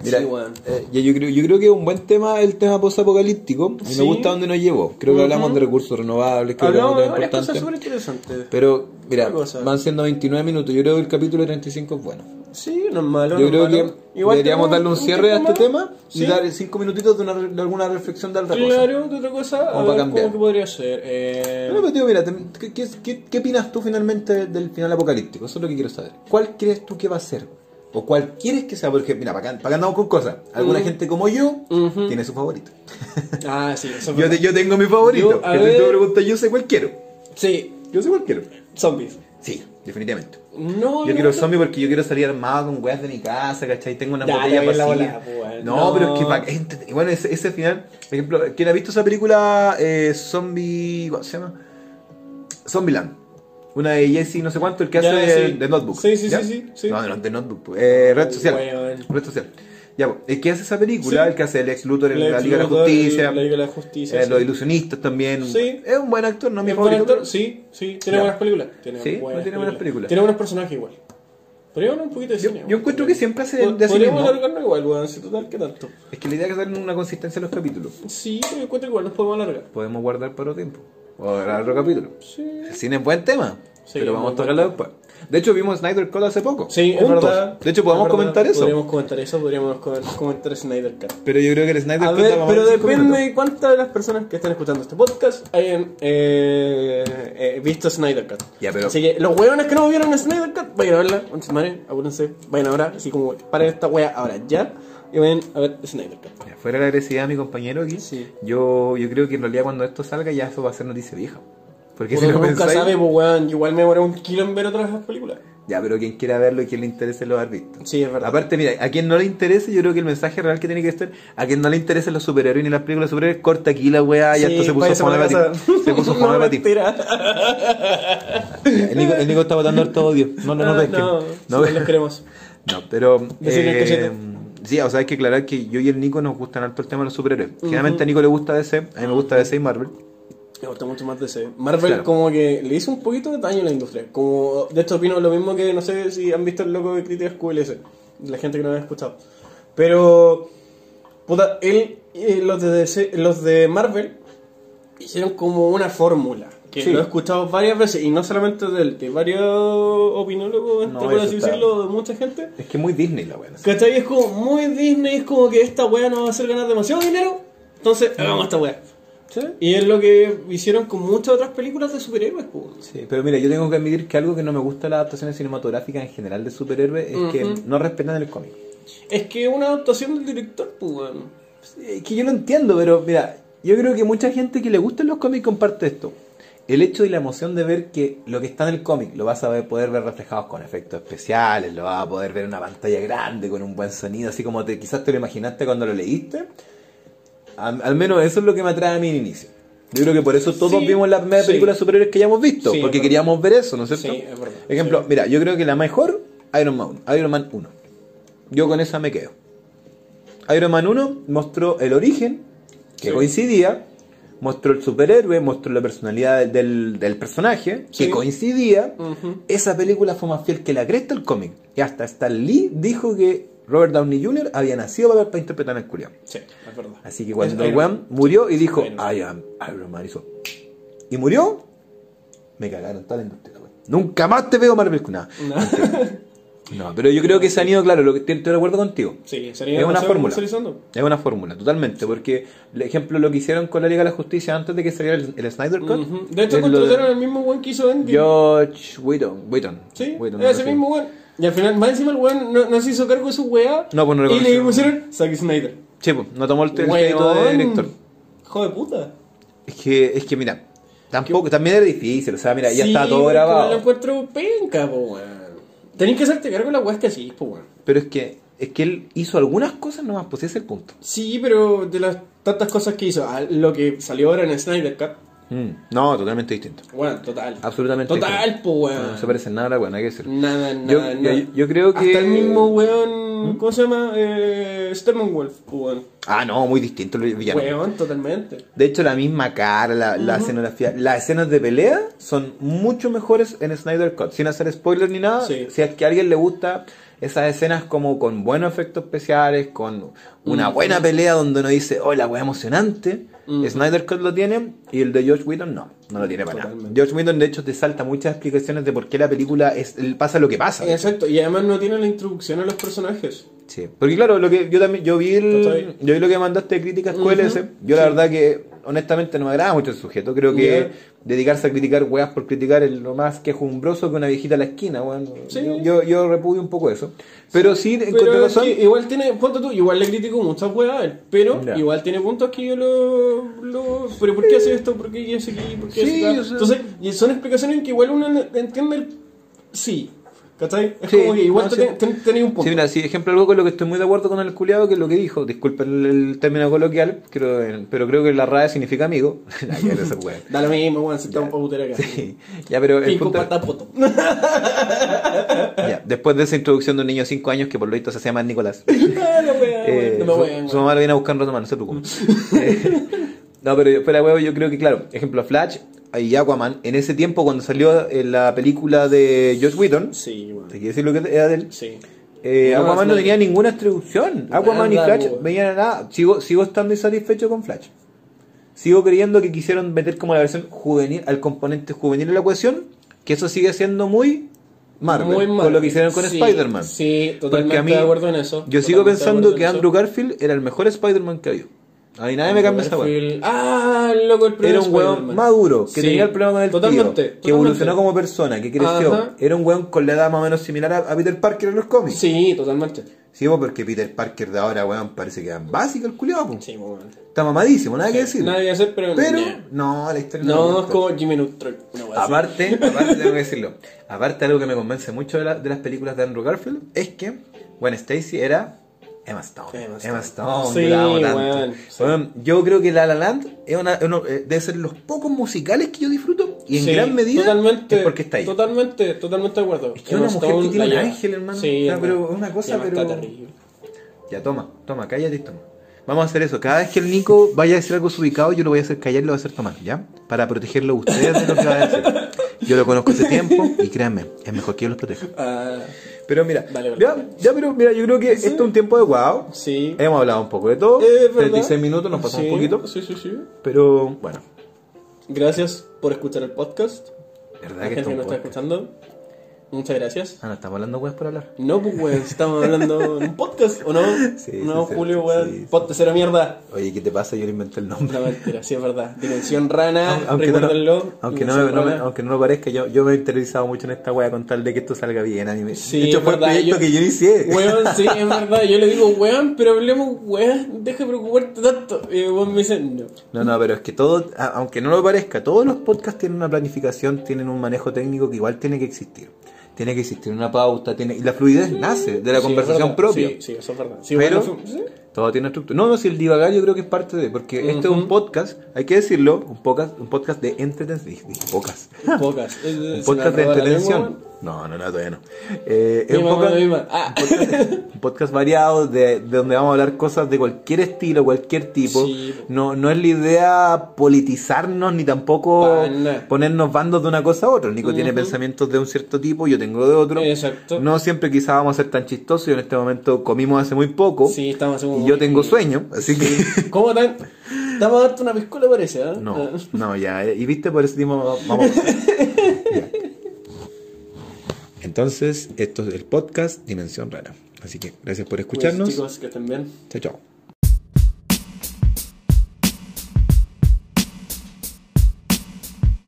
Speaker 2: Mira,
Speaker 1: Sí, weón.
Speaker 2: eh, ya yo, creo, yo creo que es un buen tema el tema post-apocalíptico. Y
Speaker 1: Sí.
Speaker 2: me gusta donde nos llevó. Creo que hablamos
Speaker 1: Ujú.
Speaker 2: de recursos renovables, creo que
Speaker 1: Hablamos
Speaker 2: hablamos
Speaker 1: de
Speaker 2: de
Speaker 1: varias cosas súper
Speaker 2: importante.
Speaker 1: interesantes.
Speaker 2: Pero, mira,
Speaker 1: Otra cosa.
Speaker 2: van siendo 29 minutos. Yo creo que el capítulo 35 es bueno.
Speaker 1: Sí, no es malo. no
Speaker 2: Yo
Speaker 1: es
Speaker 2: creo
Speaker 1: malo.
Speaker 2: que deberíamos
Speaker 1: tenemos
Speaker 2: darle un cierre a
Speaker 1: tiempo
Speaker 2: este
Speaker 1: más.
Speaker 2: tema y
Speaker 1: Sí.
Speaker 2: dar 5 minutitos de, una, re- de alguna reflexión de otra cosa.
Speaker 1: Claro, de otra cosa.
Speaker 2: Como
Speaker 1: A
Speaker 2: para
Speaker 1: ver,
Speaker 2: cambiar.
Speaker 1: ¿cómo que podría ser? Eh,
Speaker 2: No, pero digo, mira, te- ¿qué, qué, qué, qué opinas tú finalmente del final apocalíptico? Eso es lo que quiero saber. ¿Cuál crees tú que va a ser? ¿O cuál quieres que sea? Porque, mira, para acá, para acá andamos con cosas. Alguna
Speaker 1: Mm.
Speaker 2: gente como yo
Speaker 1: Ujú.
Speaker 2: tiene su favorito.
Speaker 1: Ah, sí, eso es
Speaker 2: pues, Yo,
Speaker 1: verdad.
Speaker 2: te- yo tengo mi favorito.
Speaker 1: Yo, a
Speaker 2: que si
Speaker 1: ver.
Speaker 2: tú me preguntas, yo sé cuál quiero.
Speaker 1: Sí,
Speaker 2: Yo sé cuál quiero.
Speaker 1: zombies.
Speaker 2: Sí, definitivamente.
Speaker 1: No, no,
Speaker 2: Yo quiero
Speaker 1: no.
Speaker 2: zombie porque yo quiero salir armado con weas de mi casa, ¿cachai? Tengo una
Speaker 1: Ya,
Speaker 2: botella
Speaker 1: te voy a la
Speaker 2: vacía.
Speaker 1: bola, pues,
Speaker 2: no,
Speaker 1: no.
Speaker 2: pero es que pa- es entrete- bueno, ese, ese final, por ejemplo, ¿quién ha visto esa película eh, Zombie. ¿Cómo se llama? Zombieland. Una de Jesse, no sé cuánto, el que
Speaker 1: Ya,
Speaker 2: hace
Speaker 1: sí.
Speaker 2: el de Notebook.
Speaker 1: Sí, sí,
Speaker 2: ¿ya?
Speaker 1: sí, sí, sí.
Speaker 2: No, no, de Notebook. pues. Eh, red
Speaker 1: Oh,
Speaker 2: social.
Speaker 1: weón.
Speaker 2: Red social. Ya, pues, el que hace esa película,
Speaker 1: Sí.
Speaker 2: el que hace el ex Luthor en
Speaker 1: Lex
Speaker 2: la Liga de la
Speaker 1: Luthor,
Speaker 2: Justicia,
Speaker 1: La Liga de la
Speaker 2: eh,
Speaker 1: Justicia. sí.
Speaker 2: los ilusionistas también.
Speaker 1: Sí.
Speaker 2: Es un buen actor, no es mi
Speaker 1: ¿Es buen
Speaker 2: favorito.
Speaker 1: actor? Sí, sí, tiene
Speaker 2: Ya.
Speaker 1: buenas películas. Tiene
Speaker 2: Sí,
Speaker 1: buenas
Speaker 2: tiene buenas películas.
Speaker 1: Tiene buenos personajes igual. Pero yo no un poquito de
Speaker 2: Yo-
Speaker 1: cine.
Speaker 2: yo
Speaker 1: weón.
Speaker 2: encuentro que siempre hace de-
Speaker 1: Pod-
Speaker 2: de sí
Speaker 1: Podríamos
Speaker 2: mismo.
Speaker 1: alargarnos igual, weón. Si total, ¿qué tanto?
Speaker 2: Es que la idea es darle una consistencia a los capítulos.
Speaker 1: Sí, yo encuentro que igual nos podemos alargar.
Speaker 2: Podemos guardar para otro tiempo. Vamos a grabar otro capítulo.
Speaker 1: Sí.
Speaker 2: El cine es buen tema,
Speaker 1: Sí,
Speaker 2: pero vamos
Speaker 1: muy
Speaker 2: a
Speaker 1: buen
Speaker 2: tocarlo después. De hecho, vimos Snyder Call hace poco.
Speaker 1: Sí, es
Speaker 2: juntos.
Speaker 1: verdad.
Speaker 2: De hecho, podemos
Speaker 1: Es verdad.
Speaker 2: comentar eso.
Speaker 1: Podríamos comentar eso, podríamos co- comentar Snyder Cut.
Speaker 2: Pero yo creo que el Snyder
Speaker 1: A
Speaker 2: Cut la
Speaker 1: ver,
Speaker 2: vamos
Speaker 1: pero
Speaker 2: ver en cinco
Speaker 1: depende
Speaker 2: minutos.
Speaker 1: de cuántas de las personas que están escuchando este podcast hayan eh, eh, visto Snyder Cut.
Speaker 2: Ya, pero-
Speaker 1: Así que los hueones que no vieron Snyder Cut, vayan a verla, conches madre, apúrense, vayan ahora, así como para esta wea ahora ya, y vayan a ver Snyder Cut.
Speaker 2: Ya, Fuera la agresividad de mi compañero aquí,
Speaker 1: Sí.
Speaker 2: yo, yo creo que en realidad cuando esto salga ya eso va a ser noticia vieja. Porque si
Speaker 1: Uno
Speaker 2: lo
Speaker 1: nunca
Speaker 2: pensáis-
Speaker 1: sabe, pues weón, igual me demoré un kilo en ver otras películas.
Speaker 2: Ya, pero quien quiera verlo y quien le interese lo va a haber visto.
Speaker 1: Sí, es verdad.
Speaker 2: Aparte, mira, a quien no le interese, yo creo que el mensaje real que tiene que estar, a quien no le interesen los superhéroes ni las películas de superhéroes, corta aquí la weá, Ah, ya
Speaker 1: Sí,
Speaker 2: esto se puso
Speaker 1: váyanse
Speaker 2: Juan
Speaker 1: para
Speaker 2: Abatín.
Speaker 1: casa.
Speaker 2: Se puso
Speaker 1: No,
Speaker 2: Juan Abatín.
Speaker 1: mentira.
Speaker 2: El Nico, el Nico está botando harto odio. No, no, no,
Speaker 1: Ah,
Speaker 2: pesquen.
Speaker 1: no,
Speaker 2: no,
Speaker 1: sí, los queremos.
Speaker 2: No, pero.
Speaker 1: Decirle
Speaker 2: eh,
Speaker 1: que siete.
Speaker 2: sí, o sea, hay que aclarar que yo y el Nico nos gustan harto el tema de los superhéroes. Generalmente a Nico le gusta DC, a mí me gusta DC y Marvel.
Speaker 1: Me gusta mucho más DC. Marvel
Speaker 2: Claro.
Speaker 1: como que le hizo un poquito de daño a la industria. Como, de hecho opino lo mismo que, no sé si han visto el loco de críticas QLS, la gente que no lo ha escuchado. Pero, puta, él, eh, los, de DC los de Marvel hicieron como una fórmula. Que
Speaker 2: Sí.
Speaker 1: lo he escuchado varias veces, y no solamente de él, que varios opinólogos, entre,
Speaker 2: No,
Speaker 1: por
Speaker 2: eso
Speaker 1: así
Speaker 2: está-
Speaker 1: decirlo, de mucha gente.
Speaker 2: Es que es muy Disney la weá. no sé.
Speaker 1: ¿Cachai? Es como muy Disney, es como que esta weá nos va a hacer ganar demasiado dinero, entonces hagamos esta weá. Y es lo que hicieron con muchas otras películas de superhéroes, pues. po.
Speaker 2: Sí, pero mira, yo tengo que admitir que algo que no me gusta de las adaptaciones cinematográficas en general de superhéroes es que no respetan el cómic.
Speaker 1: Es que una adaptación del director, pues, weón.
Speaker 2: Es que yo lo entiendo, pero mira, yo creo que mucha gente que le gustan los cómics comparte esto. El hecho y la emoción de ver que lo que está en el cómic lo vas a ver- poder ver reflejado con efectos especiales, lo vas a poder ver en una pantalla grande, con un buen sonido, así como te, quizás te lo imaginaste cuando lo leíste. Al, al menos eso es lo que me atrae a mí en inicio. Yo creo que por eso todos
Speaker 1: Sí,
Speaker 2: vimos las primeras
Speaker 1: sí.
Speaker 2: películas superiores que hayamos visto,
Speaker 1: Sí, es
Speaker 2: porque
Speaker 1: verdad.
Speaker 2: queríamos ver eso, ¿no es cierto?
Speaker 1: Sí, es verdad.
Speaker 2: Ejemplo,
Speaker 1: Sí.
Speaker 2: mira, yo creo que la mejor, Iron Man, Iron Man 1. Yo con esa me quedo. Iron Man 1 mostró el origen, que
Speaker 1: Sí.
Speaker 2: coincidía, mostró el superhéroe, mostró la personalidad del- del, del personaje,
Speaker 1: Sí.
Speaker 2: que coincidía.
Speaker 1: Ujú.
Speaker 2: Esa película fue más fiel que la cresta al cómic. Y hasta Stan Lee dijo que Robert Downey Jr. había nacido para, para interpretar al culiao.
Speaker 1: Sí, es verdad.
Speaker 2: Así que cuando
Speaker 1: Es
Speaker 2: el
Speaker 1: Iron
Speaker 2: weón murió y dijo,
Speaker 1: Iron Man.
Speaker 2: I am Iron Man, hizo, y murió, me cagaron toda la industria, weón. Nunca más te veo Marvel. Nada.
Speaker 1: No.
Speaker 2: No, pero yo creo que se han ido, claro, lo que estoy estoy de acuerdo contigo.
Speaker 1: Sí, sería
Speaker 2: Es una
Speaker 1: demasiado
Speaker 2: fórmula.
Speaker 1: comercializando.
Speaker 2: Es una fórmula, totalmente. Porque, el ejemplo, lo que hicieron con la Liga de la Justicia antes de que saliera el, el Snyder Cut.
Speaker 1: Ujú. De hecho,
Speaker 2: es lo
Speaker 1: contrataron al mismo weón que hizo Endgame.
Speaker 2: George Whedon. Whedon.
Speaker 1: Sí,
Speaker 2: Whedon,
Speaker 1: ese
Speaker 2: no sé.
Speaker 1: mismo weón. Y al final, más encima el weón no, no se hizo cargo de su weá.
Speaker 2: No, pues no
Speaker 1: Y le
Speaker 2: reconoció.
Speaker 1: pusieron Zack Snyder.
Speaker 2: Sí, pues, no tomó el el crédito de
Speaker 1: Weón.
Speaker 2: director.
Speaker 1: Hijo de puta.
Speaker 2: Es que, es que mira, tampoco, también era difícil. O sea, mira, ya
Speaker 1: Sí,
Speaker 2: está todo
Speaker 1: porque Lo
Speaker 2: grabado.
Speaker 1: encuentro penca, po, weón. Tenés que hacerte cargo de la weá que sí, po, weón.
Speaker 2: Pero es que, es que él hizo algunas cosas nomás, pues ese es el punto.
Speaker 1: Sí, pero de las tantas cosas que hizo, a lo que salió ahora en Snyder Cut,
Speaker 2: Mm, No, totalmente distinto.
Speaker 1: bueno, total.
Speaker 2: Absolutamente
Speaker 1: Total,
Speaker 2: distinto.
Speaker 1: po,
Speaker 2: No, no
Speaker 1: weón.
Speaker 2: se parece en nada, a la weá, nada que decir.
Speaker 1: Nada, nada,
Speaker 2: Yo-
Speaker 1: nada.
Speaker 2: yo- yo creo que- ¿Mm?
Speaker 1: Hasta el mismo weón, ¿cómo se llama? Eh, Steppenwolf, po, weón.
Speaker 2: Ah, no, muy distinto el villano.
Speaker 1: Weón, totalmente.
Speaker 2: De hecho, la misma cara, la, la escenografía, las escenas de pelea son mucho mejores en Snyder Cut. Sin hacer spoiler ni nada,
Speaker 1: Sí.
Speaker 2: si es que a alguien le gusta esas escenas como con buenos efectos especiales, con una
Speaker 1: Mm.
Speaker 2: buena pelea donde uno dice, oh, la wea emocionante. Snyder Cut lo tiene y el de George Whedon no, no lo tiene para nada.
Speaker 1: Totalmente.
Speaker 2: George Whedon, de hecho, te salta muchas explicaciones de por qué la película es, pasa lo que pasa.
Speaker 1: Exacto, y además no tiene la introducción a los personajes.
Speaker 2: Sí, porque claro, lo que yo también yo vi el,
Speaker 1: ¿Cachai?
Speaker 2: yo vi lo que mandaste de críticas QLS.
Speaker 1: Ujú.
Speaker 2: Yo la verdad que honestamente no me agrada mucho el sujeto. Creo
Speaker 1: Ya.
Speaker 2: que dedicarse a criticar weas por criticar es lo más quejumbroso que una viejita a la esquina, weón.
Speaker 1: Sí.
Speaker 2: Yo, yo, yo repudio un poco eso. Pero sí, en
Speaker 1: Pero es
Speaker 2: contrarrazón,
Speaker 1: que igual tiene, ponte tú, igual le critico muchas weas a él, pero
Speaker 2: Ya.
Speaker 1: igual tiene puntos que yo lo, lo- Pero ¿por qué hace esto? ¿Por qué hace aquí? ¿Por qué hace
Speaker 2: Sí,
Speaker 1: acá?
Speaker 2: o sea-
Speaker 1: Entonces, y son explicaciones que igual uno entiende el... Sí, ¿cachai? Es
Speaker 2: Sí,
Speaker 1: como que igual
Speaker 2: no,
Speaker 1: te-
Speaker 2: sí.
Speaker 1: ten- tenés un punto.
Speaker 2: Sí, mira, sí, ejemplo, algo con lo que estoy muy de acuerdo con el culiado, que es lo que dijo, disculpen el, el término coloquial, creo, eh, pero creo que la RAE significa amigo. Ay, ya, esa wea.
Speaker 1: Da lo mismo, weón, si estamos para putear acá.
Speaker 2: Sí. Ya, pero el
Speaker 1: Pico,
Speaker 2: punto-
Speaker 1: pata, poto.
Speaker 2: ya, después de esa introducción de un niño de 5 años que por lo visto se llama Nicolás.
Speaker 1: Ah, la wea,
Speaker 2: Eh,
Speaker 1: weón, no me
Speaker 2: su-
Speaker 1: wean,
Speaker 2: su,
Speaker 1: weón.
Speaker 2: mamá lo viene a buscar un rato más, no se preocupe. Eh, no, pero fuera de huevo, yo creo que, claro, ejemplo, Flash y Aquaman, en ese tiempo cuando salió eh, la película de Josh Whedon,
Speaker 1: Sí, weón.
Speaker 2: te quiero decir lo que era de él,
Speaker 1: Sí.
Speaker 2: eh,
Speaker 1: No,
Speaker 2: Aquaman no
Speaker 1: sí.
Speaker 2: tenía ninguna introducción. Aquaman y
Speaker 1: Nada, pues.
Speaker 2: Flash
Speaker 1: weón.
Speaker 2: venían a nada. Sigo, sigo estando insatisfecho con Flash. Sigo creyendo que quisieron meter como la versión juvenil, al componente juvenil de la ecuación, que eso sigue siendo muy Marvel,
Speaker 1: Muy
Speaker 2: con lo que
Speaker 1: Marvel.
Speaker 2: hicieron con
Speaker 1: Sí,
Speaker 2: Spider-Man.
Speaker 1: Sí, totalmente
Speaker 2: Porque a mí-
Speaker 1: de acuerdo en eso.
Speaker 2: Yo
Speaker 1: Totalmente
Speaker 2: sigo
Speaker 1: de
Speaker 2: pensando
Speaker 1: acuerdo
Speaker 2: que
Speaker 1: en eso.
Speaker 2: Andrew Garfield era el mejor Spider-Man que había. A mí nadie me cambia esa weá.
Speaker 1: Garfield- Ah, loco, el primer
Speaker 2: Era un weón
Speaker 1: Spider-Man.
Speaker 2: maduro, que
Speaker 1: Sí,
Speaker 2: tenía el problema con el tío,
Speaker 1: totalmente,
Speaker 2: que
Speaker 1: totalmente.
Speaker 2: evolucionó como persona, que creció.
Speaker 1: Ajá.
Speaker 2: Era un weón con la edad más o menos similar a, a Peter Parker en los cómics.
Speaker 1: Sí, totalmente.
Speaker 2: Sí, po, porque Peter Parker de ahora, weón, parece que es básico el culiado,
Speaker 1: Sí, bueno.
Speaker 2: Está mamadísimo, nada que decir.
Speaker 1: Nada que hacer, pero.
Speaker 2: Pero,
Speaker 1: Nah.
Speaker 2: no, la historia me
Speaker 1: No, es
Speaker 2: gusta.
Speaker 1: como Jimmy Neutron. una wea así.
Speaker 2: Aparte, aparte, tengo que decirlo. Aparte, algo que me convence mucho de, la- de las películas de Andrew Garfield es que Gwen Stacy era Emma Stone.
Speaker 1: Emma
Speaker 2: Emma
Speaker 1: Stone.
Speaker 2: Stone,
Speaker 1: Sí,
Speaker 2: yo la amo tanto.
Speaker 1: weón, sí.
Speaker 2: Weón, yo creo que La La Land es una, uno, eh, debe ser los pocos musicales que yo disfruto y en
Speaker 1: Sí,
Speaker 2: gran medida
Speaker 1: totalmente,
Speaker 2: es porque está ahí.
Speaker 1: Totalmente, totalmente de acuerdo.
Speaker 2: Es que una mujer que tiene
Speaker 1: la
Speaker 2: un
Speaker 1: lleva.
Speaker 2: ángel, hermano.
Speaker 1: Sí,
Speaker 2: No, pero
Speaker 1: hermano.
Speaker 2: una cosa,
Speaker 1: Y además
Speaker 2: pero-
Speaker 1: Está terrible.
Speaker 2: Ya, toma, toma, cállate y toma. Vamos a hacer eso. Cada vez que el Nico vaya a decir algo ubicado, yo lo voy a hacer callar y lo voy a hacer tomar, ¿ya? Para protegerlo a ustedes de lo que va a decir. Yo lo conozco hace tiempo y créanme, es mejor que yo los proteja.
Speaker 1: Ah,
Speaker 2: Pero mira,
Speaker 1: Vale, vale.
Speaker 2: ya, ya, pero mira, yo creo que esto es un tiempo de wow.
Speaker 1: sí.
Speaker 2: Hemos hablado un poco de todo.
Speaker 1: Eh, ¿verdad?
Speaker 2: 36 oh, minutos, nos pasó
Speaker 1: Sí,
Speaker 2: un poquito.
Speaker 1: Sí, sí, sí.
Speaker 2: Pero bueno,
Speaker 1: Gracias por escuchar el podcast. La
Speaker 2: verdad que
Speaker 1: gente que
Speaker 2: esto
Speaker 1: nos
Speaker 2: es un
Speaker 1: está
Speaker 2: podcast.
Speaker 1: escuchando. Muchas gracias.
Speaker 2: Ah, no, estamos hablando weas por hablar.
Speaker 1: No, pues, weón, estamos hablando en un podcast, ¿o no?
Speaker 2: Sí,
Speaker 1: no,
Speaker 2: sí, sí,
Speaker 1: Julio,
Speaker 2: sí,
Speaker 1: weón.
Speaker 2: sí, sí.
Speaker 1: Podcast era mierda.
Speaker 2: Oye, ¿qué te pasa? Yo le inventé el nombre.
Speaker 1: No, mentira, sí es verdad. Dimensión rana,
Speaker 2: Aunque no,
Speaker 1: recuérdenlo.
Speaker 2: lo, aunque, no,
Speaker 1: Dimensión
Speaker 2: no me-
Speaker 1: Rana.
Speaker 2: aunque no lo parezca, yo, yo me he interesado mucho en esta wea con tal de que esto salga bien. A mí me,
Speaker 1: Sí,
Speaker 2: de hecho,
Speaker 1: es
Speaker 2: fue el
Speaker 1: verdad,
Speaker 2: proyecto
Speaker 1: yo-
Speaker 2: que yo inicié.
Speaker 1: Weón, sí, es verdad. Yo le digo, weón, pero hablemos, weón, deja de preocuparte tanto. Y el weón me dice, no.
Speaker 2: No, no, pero es que todo, a- aunque no lo parezca, todos los podcasts tienen una planificación, tienen un manejo técnico que igual tiene que existir. Tiene que existir una pauta, tiene, y la fluidez nace de la
Speaker 1: Mm. Sí,
Speaker 2: conversación
Speaker 1: es verdad.
Speaker 2: propia.
Speaker 1: Sí, sí, eso es verdad. Sí,
Speaker 2: Pero-
Speaker 1: bueno, sí.
Speaker 2: Todo tiene estructura. No, no, si el divagar yo creo que es parte de, porque este es un podcast, hay que decirlo, un podcast, un podcast de entretenimiento. Pocas.
Speaker 1: Pocas. Es-
Speaker 2: Un
Speaker 1: es
Speaker 2: podcast
Speaker 1: una
Speaker 2: de
Speaker 1: roba la
Speaker 2: entretención.
Speaker 1: lengua,
Speaker 2: No, no, no, todavía no. Eh,
Speaker 1: weón. Mi
Speaker 2: es un
Speaker 1: mamá
Speaker 2: podcast,
Speaker 1: me mima. Ah,
Speaker 2: un podcast variado de, de donde vamos a hablar cosas de cualquier estilo, cualquier tipo.
Speaker 1: Sí.
Speaker 2: No, no es la idea politizarnos ni tampoco
Speaker 1: Pa' nada.
Speaker 2: ponernos bandos de una cosa a otra. El Nico tiene
Speaker 1: Ujú.
Speaker 2: pensamientos de un cierto tipo, yo tengo de otro.
Speaker 1: Exacto.
Speaker 2: No siempre quizá vamos a ser tan chistosos. Yo en este momento comimos hace muy poco
Speaker 1: sí, estamos haciendo
Speaker 2: y
Speaker 1: un-
Speaker 2: yo tengo sueño, así que...
Speaker 1: ¿Cómo tan? Estamos dando una piscola, parece, ¿eh?
Speaker 2: No, no, ya. eh, Y viste, por eso dimos. Vamos. Ya. Entonces, esto es el podcast Dimensión Rara. Así que gracias por
Speaker 1: Pues,
Speaker 2: escucharnos.
Speaker 1: chicos, que estén bien.
Speaker 2: Chao, chao.